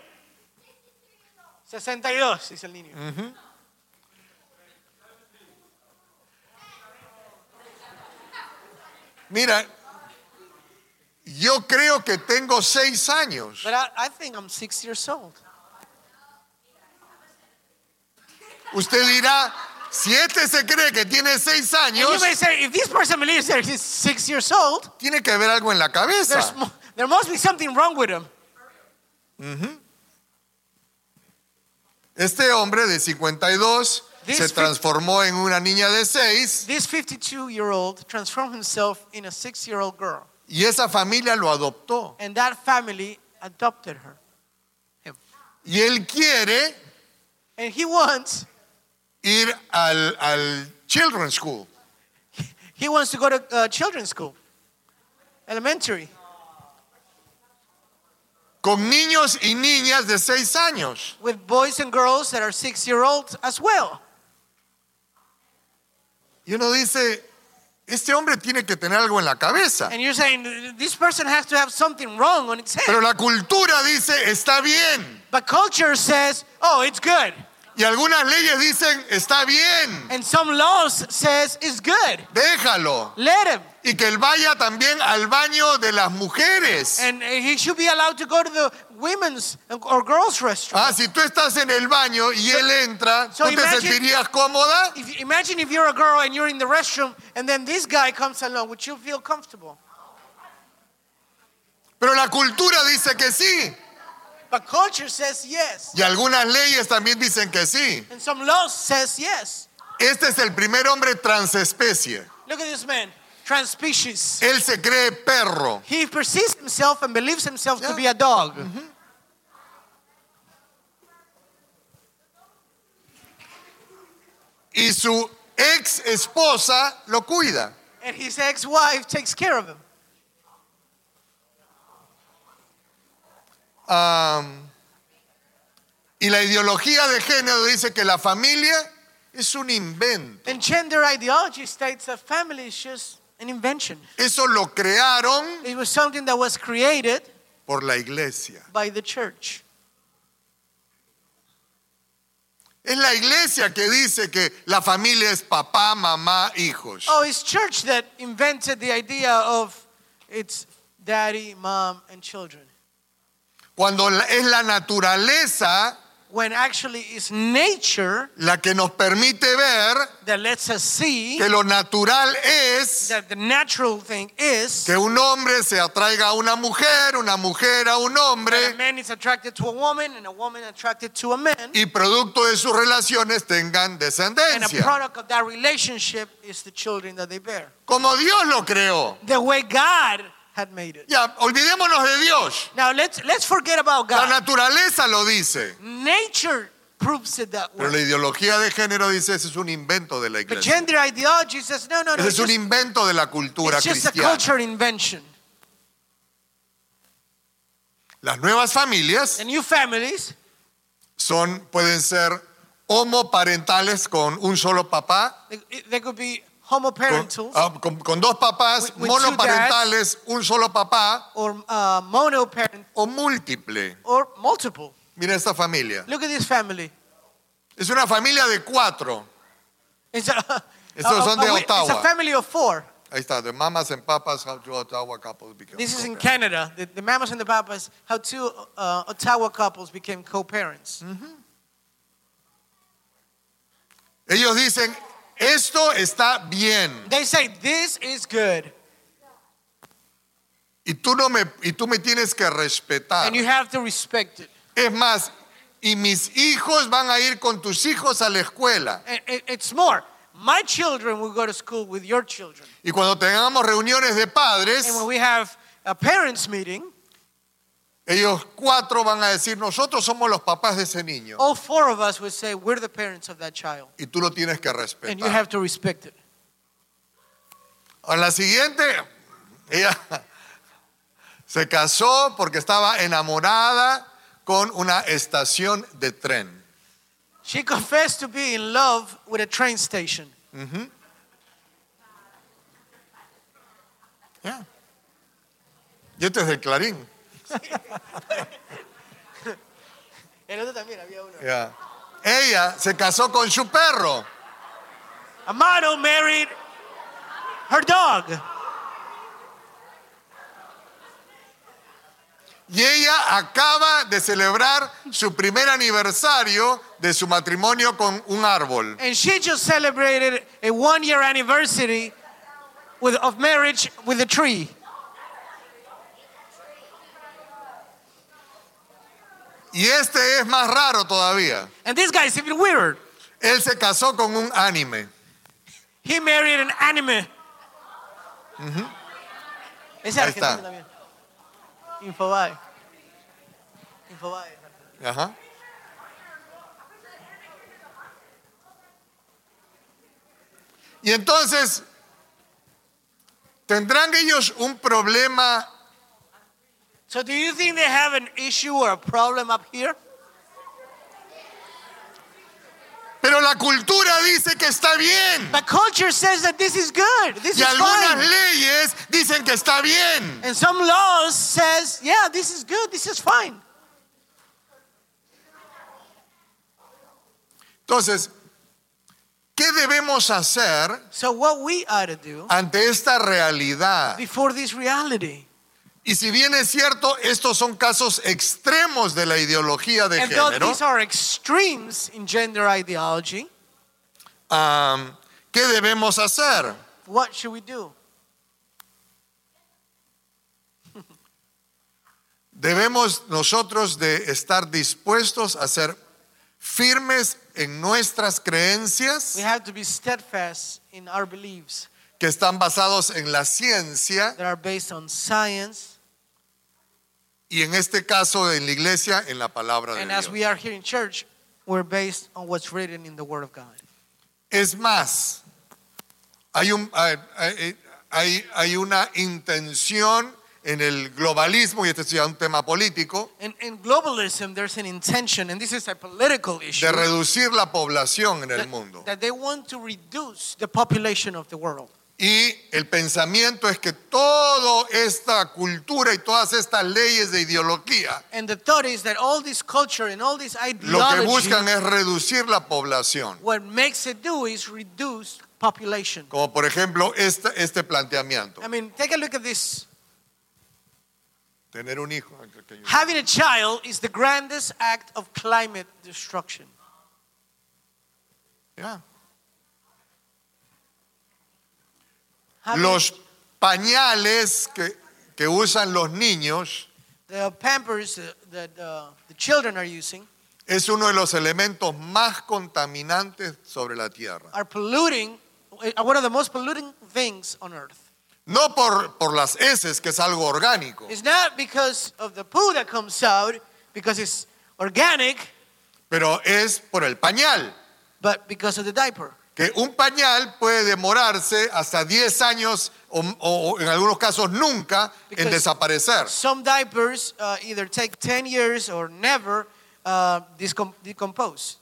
[SPEAKER 2] 62, dice el niño.
[SPEAKER 1] Mm. Mira, yo creo que tengo seis años.
[SPEAKER 2] But I, I think I'm six years old.
[SPEAKER 1] Usted dirá, si este se cree que tiene seis
[SPEAKER 2] And you
[SPEAKER 1] años,
[SPEAKER 2] may say, if this person believes that he's six years old,
[SPEAKER 1] tiene que haber algo en la cabeza.
[SPEAKER 2] there's, mo- there must be something wrong with him.
[SPEAKER 1] Este hombre de 52
[SPEAKER 2] This
[SPEAKER 1] se
[SPEAKER 2] fi-
[SPEAKER 1] transformó en una niña de seis
[SPEAKER 2] This 52 year old transformed himself in a six year old girl,
[SPEAKER 1] y esa familia lo adoptó.
[SPEAKER 2] and that family adopted her.
[SPEAKER 1] Y él quiere
[SPEAKER 2] And he wants,
[SPEAKER 1] ir al, al Children's School.
[SPEAKER 2] he wants to go to uh, children's school, elementary,
[SPEAKER 1] con niños y niñas de seis años.
[SPEAKER 2] with boys and girls that are six year olds as well.
[SPEAKER 1] Y uno dice, este hombre tiene que tener algo en la cabeza.
[SPEAKER 2] And you're saying this person has to have something wrong on its head.
[SPEAKER 1] Pero la cultura dice, está bien.
[SPEAKER 2] but culture says, oh, it's good.
[SPEAKER 1] Y algunas leyes dicen, está bien,
[SPEAKER 2] And some laws says it's good.
[SPEAKER 1] déjalo.
[SPEAKER 2] Let him.
[SPEAKER 1] Y que él vaya también al baño de las mujeres.
[SPEAKER 2] And uh, he should be allowed to go to the women's or girls' restroom.
[SPEAKER 1] Ah, si tú estás en el baño y él entra,
[SPEAKER 2] so
[SPEAKER 1] ¿tú te
[SPEAKER 2] imagine-
[SPEAKER 1] sentirías cómoda?
[SPEAKER 2] If you, imagine if you're a girl and you're in the restroom and then this guy comes along, would you feel comfortable?
[SPEAKER 1] Pero la cultura dice que sí.
[SPEAKER 2] But culture says yes.
[SPEAKER 1] Y algunas leyes también dicen que sí.
[SPEAKER 2] And some laws says yes.
[SPEAKER 1] Este es el primer hombre transespecie.
[SPEAKER 2] Look at this man, transpecies.
[SPEAKER 1] Él se cree perro.
[SPEAKER 2] He perceives himself and believes himself
[SPEAKER 1] Yeah.
[SPEAKER 2] to be a dog.
[SPEAKER 1] y su ex esposa lo cuida.
[SPEAKER 2] And his ex-wife takes care of him.
[SPEAKER 1] Am, Y la ideología de género dice que la familia es un invento.
[SPEAKER 2] And gender ideology states that family is just an invention.
[SPEAKER 1] Eso lo crearon
[SPEAKER 2] It was something that was created
[SPEAKER 1] por la iglesia.
[SPEAKER 2] by the church.
[SPEAKER 1] Es la iglesia que dice que la familia es papá, mamá, hijos.
[SPEAKER 2] Oh, it's church that invented the idea of it's daddy, mom, and children.
[SPEAKER 1] Cuando la- es la naturaleza
[SPEAKER 2] When actually it's nature
[SPEAKER 1] la que nos permite ver
[SPEAKER 2] that lets us see
[SPEAKER 1] que lo natural es
[SPEAKER 2] that the natural thing is
[SPEAKER 1] que un hombre se atraiga a una mujer, una mujer a un
[SPEAKER 2] that a
[SPEAKER 1] hombre
[SPEAKER 2] man is attracted to a woman and a woman attracted to a man.
[SPEAKER 1] y producto de sus relaciones tengan
[SPEAKER 2] And a
[SPEAKER 1] descendencia.
[SPEAKER 2] product of that relationship is the children that they bear.
[SPEAKER 1] Como Dios lo creó.
[SPEAKER 2] The way God had made it.
[SPEAKER 1] Ya, olvidémonos de Dios.
[SPEAKER 2] Now let's let's forget about
[SPEAKER 1] La
[SPEAKER 2] God.
[SPEAKER 1] naturaleza lo dice.
[SPEAKER 2] Nature proves it that
[SPEAKER 1] Pero la
[SPEAKER 2] way.
[SPEAKER 1] ideología de género dice ese es un invento de la
[SPEAKER 2] But
[SPEAKER 1] iglesia.
[SPEAKER 2] gender ideology says no, no, no.
[SPEAKER 1] Ese es
[SPEAKER 2] It's
[SPEAKER 1] un
[SPEAKER 2] just,
[SPEAKER 1] invento de la cultura
[SPEAKER 2] it's just a
[SPEAKER 1] cristiana.
[SPEAKER 2] culture invention.
[SPEAKER 1] Las nuevas familias
[SPEAKER 2] And new families
[SPEAKER 1] son, pueden ser homoparentales con un solo papá,
[SPEAKER 2] they, they could be
[SPEAKER 1] con,
[SPEAKER 2] homoparental
[SPEAKER 1] ah, con- con dos papás,
[SPEAKER 2] With- with two dads.
[SPEAKER 1] monoparentales, un solo papá
[SPEAKER 2] or uh, monoparent
[SPEAKER 1] o múltiple.
[SPEAKER 2] or multiple.
[SPEAKER 1] Mira esta familia.
[SPEAKER 2] Look at this family.
[SPEAKER 1] Es una familia de cuatro.
[SPEAKER 2] It's a,
[SPEAKER 1] Esos son de
[SPEAKER 2] we- it's a
[SPEAKER 1] Ottawa.
[SPEAKER 2] family of four.
[SPEAKER 1] Ahí está, de mamas and papas, how to Ottawa couples become
[SPEAKER 2] This is in
[SPEAKER 1] co-parents.
[SPEAKER 2] Canada. The, the Mamas and the Papas, how two uh, Ottawa couples became co-parents.
[SPEAKER 1] Ellos dicen, esto está bien.
[SPEAKER 2] They say this is good,
[SPEAKER 1] Y tú, no me, y tú me tienes que respetar.
[SPEAKER 2] and you have to respect it.
[SPEAKER 1] Es más, y mis hijos van a ir con tus hijos a la escuela.
[SPEAKER 2] And it- It's more. My children will go to school with your children,
[SPEAKER 1] Y cuando tengamos reuniones de padres,
[SPEAKER 2] and when we have a parents' meeting,
[SPEAKER 1] ellos cuatro van a decir, nosotros somos los papás de ese niño.
[SPEAKER 2] all four of us would say we're the parents of that child,
[SPEAKER 1] Y tú lo tienes que
[SPEAKER 2] and you
[SPEAKER 1] respetar.
[SPEAKER 2] have to respect it.
[SPEAKER 1] A la siguiente, ella se casó porque estaba enamorada con una estación de tren.
[SPEAKER 2] She confessed to be in love with a train station.
[SPEAKER 1] Ya. Y este es de Clarín.
[SPEAKER 2] El otro también había uno.
[SPEAKER 1] Ya. Ella se casó con su perro.
[SPEAKER 2] Amado married her dog.
[SPEAKER 1] Y ella acaba de celebrar su primer aniversario de su matrimonio con un árbol.
[SPEAKER 2] And she just celebrated a one year anniversary with, of marriage with a tree.
[SPEAKER 1] Y este es más raro todavía.
[SPEAKER 2] And this guy is even weirder.
[SPEAKER 1] Él se casó con un anime.
[SPEAKER 2] He married an anime. Mm-hmm. Ese
[SPEAKER 1] Ahí
[SPEAKER 2] argentino
[SPEAKER 1] está.
[SPEAKER 2] también. Infobae. Infobae.
[SPEAKER 1] Ajá. Y entonces, ¿tendrán ellos un problema
[SPEAKER 2] So, do you think they have an issue or a problem up here?
[SPEAKER 1] Pero la cultura dice que está bien.
[SPEAKER 2] But culture says that this is good. This
[SPEAKER 1] Y
[SPEAKER 2] is
[SPEAKER 1] algunas
[SPEAKER 2] fine.
[SPEAKER 1] leyes dicen que está bien.
[SPEAKER 2] And some laws says, yeah, this is good. This is fine.
[SPEAKER 1] Entonces, ¿qué debemos hacer
[SPEAKER 2] So, what we ought to do
[SPEAKER 1] ante esta realidad?
[SPEAKER 2] before this reality
[SPEAKER 1] Y si bien es cierto, estos son casos extremos de la ideología de
[SPEAKER 2] And though
[SPEAKER 1] género,
[SPEAKER 2] these are extremes in gender ideology,
[SPEAKER 1] am, ¿qué debemos hacer?
[SPEAKER 2] what should we do?
[SPEAKER 1] Debemos nosotros de estar dispuestos a ser firmes en nuestras creencias
[SPEAKER 2] We have to be steadfast in our beliefs
[SPEAKER 1] que están basados en la ciencia
[SPEAKER 2] that are based on science
[SPEAKER 1] Y en este caso, en la iglesia, en la palabra de
[SPEAKER 2] and as
[SPEAKER 1] Dios.
[SPEAKER 2] we are here in church, we're based on what's written in the Word of God.
[SPEAKER 1] Es más, eh, hay, un, hay, hay- hay- hay una intención en el globalismo, y este es ya un tema político,
[SPEAKER 2] In, in globalism, there's an intention, and this is a political issue,
[SPEAKER 1] de reducir la población en el mundo.
[SPEAKER 2] that, that they want to reduce the population of the world.
[SPEAKER 1] Y el pensamiento es que toda esta cultura y todas estas leyes de ideología
[SPEAKER 2] And the thought is that all this culture and all this
[SPEAKER 1] lo que
[SPEAKER 2] ideology,
[SPEAKER 1] buscan es reducir la población.
[SPEAKER 2] what makes it do is reduce population.
[SPEAKER 1] Como por ejemplo esta- este planteamiento.
[SPEAKER 2] I mean, take a look at this.
[SPEAKER 1] Tener un hijo. que yo-
[SPEAKER 2] Having a child is the grandest act of climate destruction.
[SPEAKER 1] Ya.
[SPEAKER 2] Having
[SPEAKER 1] Los pañales que, que usan los niños
[SPEAKER 2] the Pampers uh, that uh, the children are using
[SPEAKER 1] es uno de los elementos más contaminantes sobre la Tierra.
[SPEAKER 2] are polluting, uh, one of the most polluting things on earth.
[SPEAKER 1] No por, por las heces, que es algo orgánico,
[SPEAKER 2] It's not because of the poo that comes out, because it's organic,
[SPEAKER 1] pero es por el pañal.
[SPEAKER 2] but because of the diaper.
[SPEAKER 1] Que un pañal puede demorarse hasta 10 años o, o en algunos casos nunca en
[SPEAKER 2] Because-
[SPEAKER 1] desaparecer.
[SPEAKER 2] Some diapers uh, either take 10 years or never uh, discom- decompose.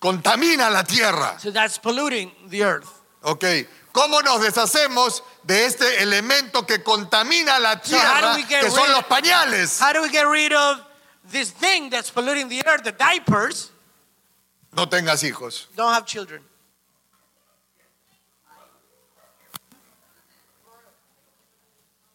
[SPEAKER 1] Contamina la Tierra.
[SPEAKER 2] So that's polluting the earth.
[SPEAKER 1] Ok. ¿Cómo nos deshacemos de este elemento que contamina la
[SPEAKER 2] So how do
[SPEAKER 1] tierra,
[SPEAKER 2] we get
[SPEAKER 1] que son
[SPEAKER 2] rid-
[SPEAKER 1] los pañales?
[SPEAKER 2] How do we get rid of this thing that's polluting the earth, the diapers?
[SPEAKER 1] No tengas hijos.
[SPEAKER 2] Don't have children.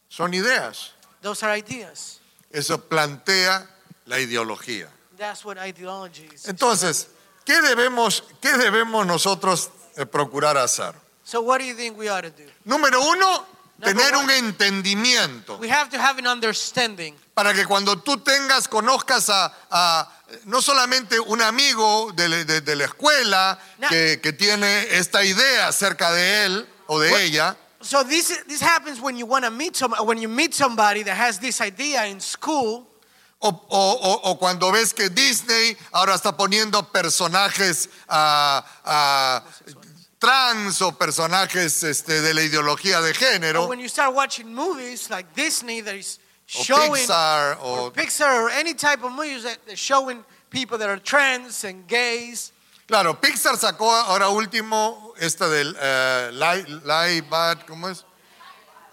[SPEAKER 1] Son ideas.
[SPEAKER 2] Those are ideas.
[SPEAKER 1] Eso plantea la ideología.
[SPEAKER 2] That's what ideology is.
[SPEAKER 1] Entonces, ¿qué debemos, qué debemos nosotros eh, procurar hacer?
[SPEAKER 2] So what do you think we ought to do?
[SPEAKER 1] Número uno,
[SPEAKER 2] Number
[SPEAKER 1] tener
[SPEAKER 2] one.
[SPEAKER 1] un entendimiento
[SPEAKER 2] We have to have an understanding
[SPEAKER 1] para que cuando tú tengas, conozcas a, a, eh, no solamente un amigo de, la- de- de la escuela
[SPEAKER 2] No.
[SPEAKER 1] que, que tiene esta idea acerca de él o de
[SPEAKER 2] What-
[SPEAKER 1] ella,
[SPEAKER 2] So this this happens when you want to meet some when you meet somebody that has this idea in school
[SPEAKER 1] O, o- o- o cuando ves que Disney ahora está poniendo personajes ah, ah, trans o personajes este, de la ideología de
[SPEAKER 2] or
[SPEAKER 1] género,
[SPEAKER 2] when you start watching movies like Disney that is
[SPEAKER 1] o
[SPEAKER 2] showing
[SPEAKER 1] Pixar,
[SPEAKER 2] or
[SPEAKER 1] o,
[SPEAKER 2] Pixar or any type of movies that they're showing people that are trans and gays.
[SPEAKER 1] claro, Pixar sacó ahora último esta del eh, Live Live Bad, ¿cómo es?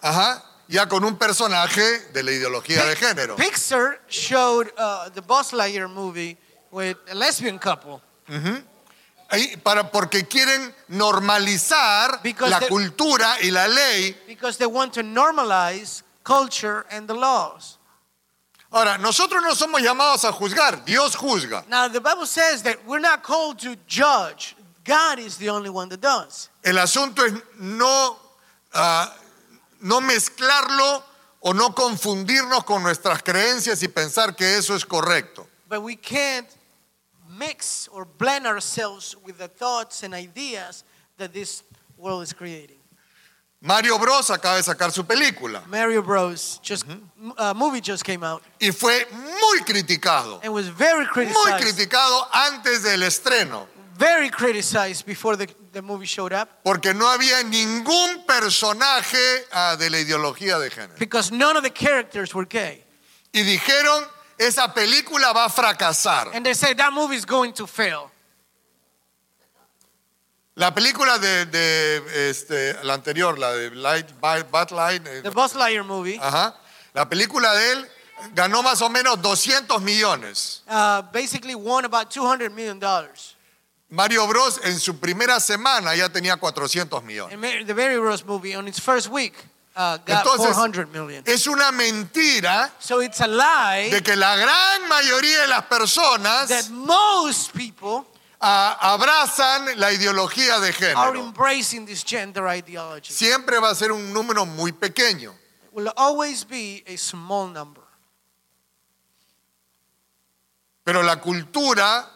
[SPEAKER 1] Ajá, ya con un personaje de la ideología de
[SPEAKER 2] Pi-
[SPEAKER 1] género.
[SPEAKER 2] Pixar showed uh, the Buzz Lightyear movie with a lesbian couple
[SPEAKER 1] Ahí, para, porque quieren normalizar
[SPEAKER 2] Because
[SPEAKER 1] la
[SPEAKER 2] the-
[SPEAKER 1] cultura y la ley
[SPEAKER 2] because they want to normalize culture and the laws.
[SPEAKER 1] Ahora, nosotros no somos llamados a juzgar, Dios juzga.
[SPEAKER 2] Now the Bible says that we're not called to judge. God is the only one that does.
[SPEAKER 1] El asunto es no, ah, no mezclarlo o no confundirnos con nuestras creencias y pensar que eso es correcto.
[SPEAKER 2] But we can't mix or blend ourselves with the thoughts and ideas that this world is creating.
[SPEAKER 1] Mario Bros acaba de sacar su película
[SPEAKER 2] Mario Bros. just
[SPEAKER 1] Mm-hmm.
[SPEAKER 2] uh, movie just came out
[SPEAKER 1] y fue muy criticado,
[SPEAKER 2] and was very
[SPEAKER 1] muy
[SPEAKER 2] criticized.
[SPEAKER 1] criticado antes del estreno,
[SPEAKER 2] Very criticized before the, the movie showed up
[SPEAKER 1] porque no había ningún personaje ah, de la ideología de género.
[SPEAKER 2] because none of the characters were gay.
[SPEAKER 1] Y dijeron, esa película va a fracasar.
[SPEAKER 2] And they said that movie is going to fail.
[SPEAKER 1] La película de, de, este, la anterior, la de Light, Bad, Bad Light, eh,
[SPEAKER 2] The Buzz Lightyear movie,
[SPEAKER 1] ajá, la película de él ganó más o menos 200 millones.
[SPEAKER 2] uh, basically won about 200 million dollars.
[SPEAKER 1] Mario Bros en su primera semana ya tenía 400 millones.
[SPEAKER 2] And Ma- the Mario Bros movie on its first week uh, got
[SPEAKER 1] Entonces-
[SPEAKER 2] 400 million.
[SPEAKER 1] Es una mentira
[SPEAKER 2] So it's a lie
[SPEAKER 1] de que la gran mayoría de las
[SPEAKER 2] that
[SPEAKER 1] personas
[SPEAKER 2] most people
[SPEAKER 1] ah, abrazan la ideología de
[SPEAKER 2] are
[SPEAKER 1] género.
[SPEAKER 2] embracing this gender ideology.
[SPEAKER 1] Siempre va a ser un número muy pequeño.
[SPEAKER 2] It will always be a small number.
[SPEAKER 1] Pero la cultura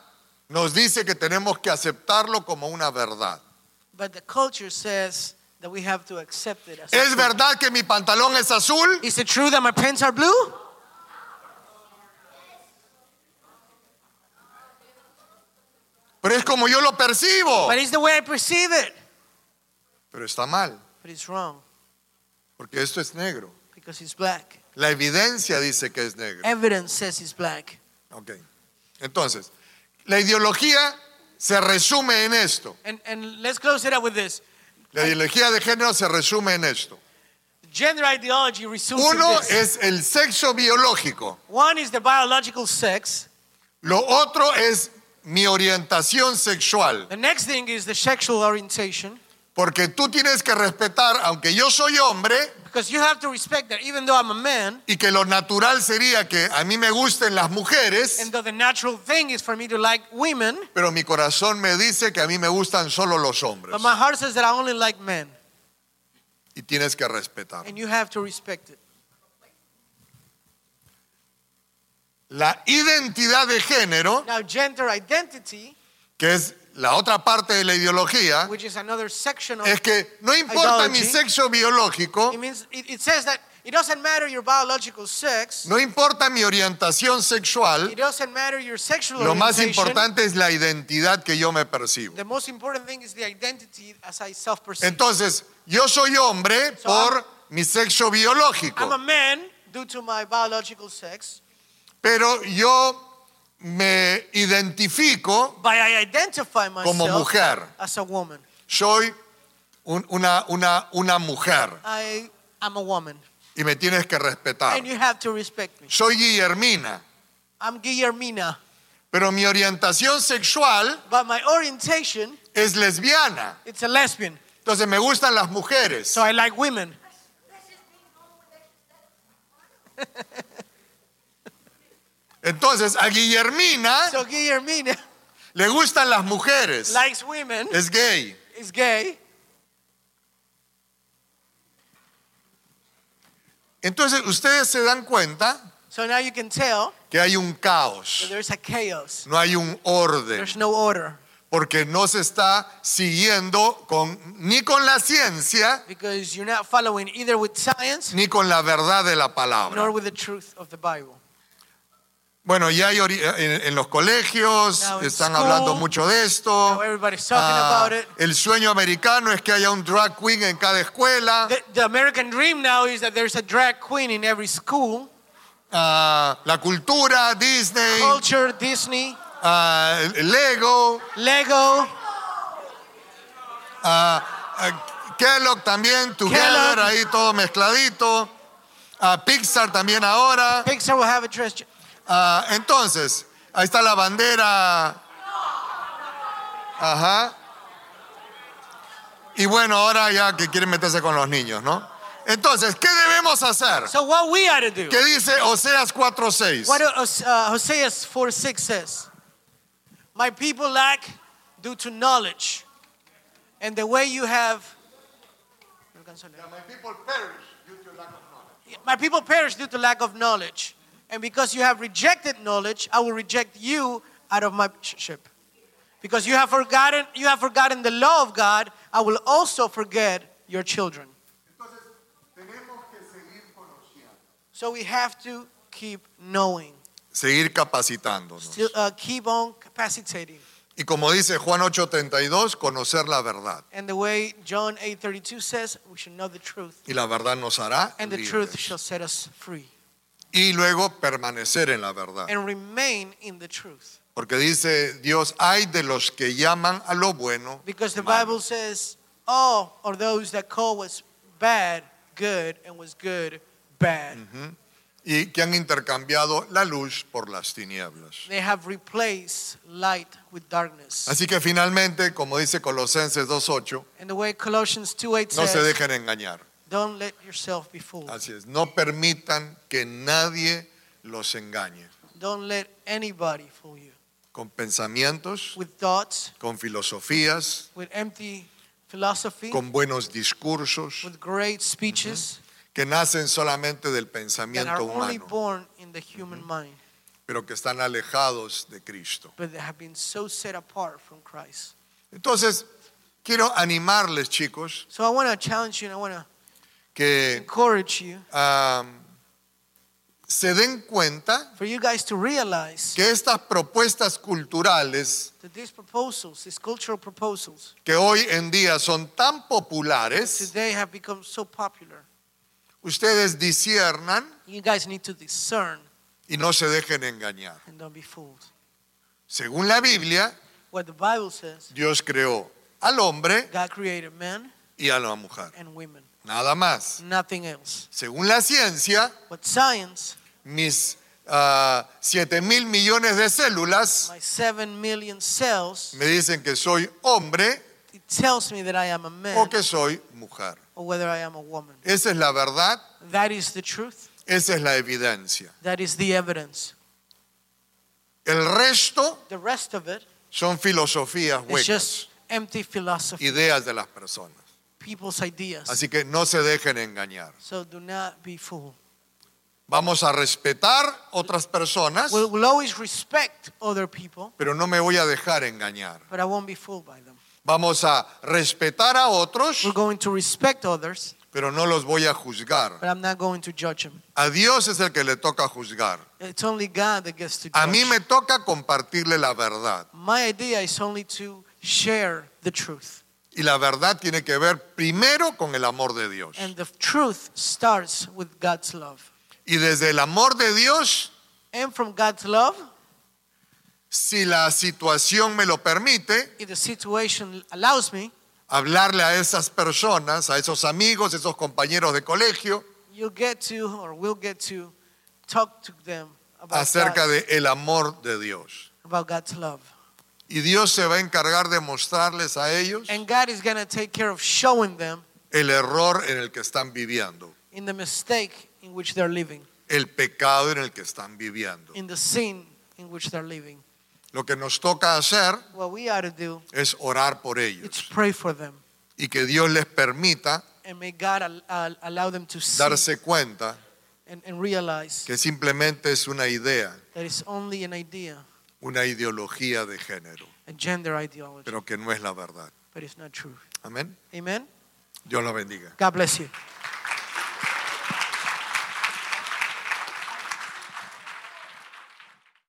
[SPEAKER 1] nos dice que tenemos que aceptarlo como una verdad.
[SPEAKER 2] But the culture says that we have to accept it as a
[SPEAKER 1] ¿Es
[SPEAKER 2] truth.
[SPEAKER 1] verdad que mi pantalón es azul?
[SPEAKER 2] Is it true that my pants are blue?
[SPEAKER 1] Oh. Pero es como yo lo percibo.
[SPEAKER 2] But it's the way I perceive it.
[SPEAKER 1] Pero está mal,
[SPEAKER 2] But it's wrong
[SPEAKER 1] porque esto es negro.
[SPEAKER 2] because it's black.
[SPEAKER 1] La evidencia dice que es negro.
[SPEAKER 2] Evidence says it's black.
[SPEAKER 1] Ok. Entonces, la ideología se resume en esto.
[SPEAKER 2] And, and let's close it up with this.
[SPEAKER 1] La ideología de género se resume en esto.
[SPEAKER 2] Gender ideology resumes in
[SPEAKER 1] Uno
[SPEAKER 2] this.
[SPEAKER 1] es el sexo biológico.
[SPEAKER 2] One is the biological sex.
[SPEAKER 1] Lo otro es mi orientación sexual.
[SPEAKER 2] The next thing is the sexual orientation.
[SPEAKER 1] Porque tú tienes que respetar, aunque yo soy hombre,
[SPEAKER 2] Because you have to respect that even though I'm a man,
[SPEAKER 1] y que lo natural sería que a mí me gusten las mujeres,
[SPEAKER 2] and though the natural thing is for me to like women,
[SPEAKER 1] pero mi corazón me dice que a mí me gustan solo los hombres.
[SPEAKER 2] but my heart says that I only like men.
[SPEAKER 1] Y tienes que respetar.
[SPEAKER 2] And you have to respect it.
[SPEAKER 1] La identidad de género,
[SPEAKER 2] Now, gender identity,
[SPEAKER 1] que es la otra parte de la ideología,
[SPEAKER 2] which is another section of
[SPEAKER 1] es que no importa mi
[SPEAKER 2] Ideology.
[SPEAKER 1] sexo biológico,
[SPEAKER 2] it means it, it says that it doesn't matter your biological sex,
[SPEAKER 1] no importa mi orientación sexual,
[SPEAKER 2] it doesn't matter your sexual
[SPEAKER 1] Lo más
[SPEAKER 2] orientation.
[SPEAKER 1] importante es la identidad que yo me percibo.
[SPEAKER 2] The most important thing is the identity as I self-perceive.
[SPEAKER 1] Entonces, yo soy hombre
[SPEAKER 2] So
[SPEAKER 1] por
[SPEAKER 2] I'm-
[SPEAKER 1] mi sexo
[SPEAKER 2] I'm a
[SPEAKER 1] biológico,
[SPEAKER 2] man due to my biological sex,
[SPEAKER 1] pero yo me identifico,
[SPEAKER 2] but I identify myself
[SPEAKER 1] mujer.
[SPEAKER 2] as a woman.
[SPEAKER 1] soy un- una, una, una mujer
[SPEAKER 2] I am a woman,
[SPEAKER 1] y me tienes que respetar.
[SPEAKER 2] and you have to respect me.
[SPEAKER 1] Soy Guillermina,
[SPEAKER 2] I'm Guillermina,
[SPEAKER 1] pero mi orientación sexual
[SPEAKER 2] but my orientation
[SPEAKER 1] es lesbiana,
[SPEAKER 2] it's a lesbian,
[SPEAKER 1] entonces me gustan las mujeres.
[SPEAKER 2] so I like women.
[SPEAKER 1] Entonces, a Guillermina
[SPEAKER 2] So Guillermina
[SPEAKER 1] le gustan las mujeres,
[SPEAKER 2] likes women,
[SPEAKER 1] es gay.
[SPEAKER 2] is gay.
[SPEAKER 1] Entonces, ustedes se dan cuenta
[SPEAKER 2] So now you can tell
[SPEAKER 1] que hay un
[SPEAKER 2] that
[SPEAKER 1] caos,
[SPEAKER 2] there's a chaos.
[SPEAKER 1] no hay un orden,
[SPEAKER 2] There's no order
[SPEAKER 1] porque no se está siguiendo con, ni con la ciencia
[SPEAKER 2] because you're not following either with science
[SPEAKER 1] ni con la verdad de la palabra.
[SPEAKER 2] nor with the truth of the Bible.
[SPEAKER 1] Bueno, ya hay ori- eh, en, en los colegios,
[SPEAKER 2] Now in
[SPEAKER 1] están
[SPEAKER 2] school,
[SPEAKER 1] hablando mucho de esto.
[SPEAKER 2] Now everybody's talking
[SPEAKER 1] Ah,
[SPEAKER 2] about it.
[SPEAKER 1] el sueño americano es que haya un drag queen en cada escuela.
[SPEAKER 2] The, the American dream now is that there's a drag queen in every school.
[SPEAKER 1] Ah, la cultura, Disney,
[SPEAKER 2] Culture, Disney,
[SPEAKER 1] ah, el- el Lego,
[SPEAKER 2] Lego,
[SPEAKER 1] ah, Kellogg también, Together,
[SPEAKER 2] Kellogg.
[SPEAKER 1] ahí todo mezcladito. Ah, Pixar también ahora.
[SPEAKER 2] Pixar will have a dress.
[SPEAKER 1] Ah, entonces, ahí está la bandera. Ajá. Y bueno, ahora ya que quieren meterse con los niños, ¿no? Entonces, ¿qué debemos hacer?
[SPEAKER 2] So what we are to do?
[SPEAKER 1] ¿Qué dice Oseas 4:6?
[SPEAKER 2] What uh, Hosea 4 6 says, My people lack due to knowledge, and the way you have. My people perish due to lack of knowledge, and because you have rejected knowledge, I will reject you out of my ship. Because you have forgotten, you have forgotten the law of God, I will also forget your children. So we have to keep knowing,
[SPEAKER 1] Seguir capacitándonos.
[SPEAKER 2] still, uh, keep on capacitating.
[SPEAKER 1] Y como dice Juan 8:32, conocer la verdad.
[SPEAKER 2] And the way John 8:32 says, we should know the truth,
[SPEAKER 1] Y la verdad nos hará
[SPEAKER 2] and the
[SPEAKER 1] libres.
[SPEAKER 2] truth shall set us free.
[SPEAKER 1] Y luego permanecer en la verdad.
[SPEAKER 2] And remain in the truth.
[SPEAKER 1] Porque dice Dios, hay de los que llaman a lo bueno.
[SPEAKER 2] Because the
[SPEAKER 1] malo".
[SPEAKER 2] Bible says, all are those that call what's bad good and what's good bad.
[SPEAKER 1] y que han intercambiado la luz por las tinieblas.
[SPEAKER 2] They have replaced light with darkness.
[SPEAKER 1] Así que finalmente, como dice Colosenses 2.8,
[SPEAKER 2] And the way Colossians 2:8
[SPEAKER 1] no se
[SPEAKER 2] says,
[SPEAKER 1] dejen engañar.
[SPEAKER 2] don't let yourself be fooled.
[SPEAKER 1] Así es, no permitan que nadie los engañe
[SPEAKER 2] Don't let anybody fool you
[SPEAKER 1] con pensamientos,
[SPEAKER 2] with thoughts,
[SPEAKER 1] con filosofías,
[SPEAKER 2] with empty philosophy,
[SPEAKER 1] con buenos discursos
[SPEAKER 2] with great speeches
[SPEAKER 1] que nacen solamente del
[SPEAKER 2] that are
[SPEAKER 1] pensamiento
[SPEAKER 2] only
[SPEAKER 1] humano,
[SPEAKER 2] born in the human mind,
[SPEAKER 1] pero que están alejados de Cristo.
[SPEAKER 2] but they have been so set apart from Christ.
[SPEAKER 1] Entonces, quiero animarles, chicos,
[SPEAKER 2] So I want to challenge you and I want to
[SPEAKER 1] que
[SPEAKER 2] encourage you
[SPEAKER 1] ah, se den cuenta
[SPEAKER 2] for you guys to realize
[SPEAKER 1] que estas propuestas culturales
[SPEAKER 2] that these proposals, these cultural proposals,
[SPEAKER 1] que hoy en día son tan populares
[SPEAKER 2] today have become so popular.
[SPEAKER 1] Ustedes disiernan
[SPEAKER 2] You guys need to discern
[SPEAKER 1] y no se dejen engañar.
[SPEAKER 2] and don't be fooled.
[SPEAKER 1] Según la Biblia,
[SPEAKER 2] What the Bible says,
[SPEAKER 1] Dios creó al hombre
[SPEAKER 2] God created men
[SPEAKER 1] y a la mujer.
[SPEAKER 2] and women,
[SPEAKER 1] Nada más.
[SPEAKER 2] nothing else.
[SPEAKER 1] Según la ciencia,
[SPEAKER 2] But science,
[SPEAKER 1] mis 7 mil millones de células
[SPEAKER 2] my seven million cells,
[SPEAKER 1] me dicen que soy hombre
[SPEAKER 2] it tells me that I am a man
[SPEAKER 1] o que soy mujer.
[SPEAKER 2] or whether I am a woman.
[SPEAKER 1] Esa es la verdad,
[SPEAKER 2] That is the truth.
[SPEAKER 1] esa es la evidencia.
[SPEAKER 2] That is the evidence.
[SPEAKER 1] El resto
[SPEAKER 2] The rest of it
[SPEAKER 1] son filosofías
[SPEAKER 2] is
[SPEAKER 1] huecas,
[SPEAKER 2] just empty philosophy,
[SPEAKER 1] ideas de las personas.
[SPEAKER 2] people's ideas.
[SPEAKER 1] Así que no se dejen engañar.
[SPEAKER 2] So do not be fooled.
[SPEAKER 1] Vamos a respetar otras personas,
[SPEAKER 2] We'll, we'll always respect other people,
[SPEAKER 1] pero no me voy a dejar engañar.
[SPEAKER 2] but I won't be fooled by them.
[SPEAKER 1] Vamos a respetar a otros,
[SPEAKER 2] We're going to respect others,
[SPEAKER 1] pero no los voy a juzgar.
[SPEAKER 2] but I'm not going to judge them.
[SPEAKER 1] A Dios es el que le toca juzgar.
[SPEAKER 2] It's only God that gets to judge.
[SPEAKER 1] A mí me toca compartirle la verdad.
[SPEAKER 2] My idea is only to share the truth.
[SPEAKER 1] Y la verdad tiene que ver primero con el amor de Dios.
[SPEAKER 2] And the truth starts with God's love.
[SPEAKER 1] Y desde el amor de Dios,
[SPEAKER 2] And from God's love,
[SPEAKER 1] si la situación me lo permite,
[SPEAKER 2] if the situation allows me,
[SPEAKER 1] hablarle a esas personas, a esos amigos, esos compañeros de colegio,
[SPEAKER 2] you'll get to, or we'll get to, talk to them about,
[SPEAKER 1] acerca
[SPEAKER 2] God-
[SPEAKER 1] de el amor de Dios.
[SPEAKER 2] about God's love.
[SPEAKER 1] Y Dios se va a encargar de mostrarles a ellos
[SPEAKER 2] And God is going to take care of showing them
[SPEAKER 1] el error en el que están viviendo,
[SPEAKER 2] in the mistake in which they're living,
[SPEAKER 1] el pecado en el que están viviendo.
[SPEAKER 2] in the sin in which they're living.
[SPEAKER 1] Lo que nos toca hacer
[SPEAKER 2] What we ought to do
[SPEAKER 1] es orar por
[SPEAKER 2] is
[SPEAKER 1] ellos
[SPEAKER 2] pray for them.
[SPEAKER 1] y que Dios les permita
[SPEAKER 2] And may God al- al- allow them to see
[SPEAKER 1] darse cuenta
[SPEAKER 2] and, and realize
[SPEAKER 1] que simplemente es una idea,
[SPEAKER 2] that it's only an idea,
[SPEAKER 1] una ideología de género,
[SPEAKER 2] a gender ideology,
[SPEAKER 1] pero que no es la verdad.
[SPEAKER 2] but it's not true.
[SPEAKER 1] Amén.
[SPEAKER 2] Amen?
[SPEAKER 1] Dios los bendiga.
[SPEAKER 2] God bless you.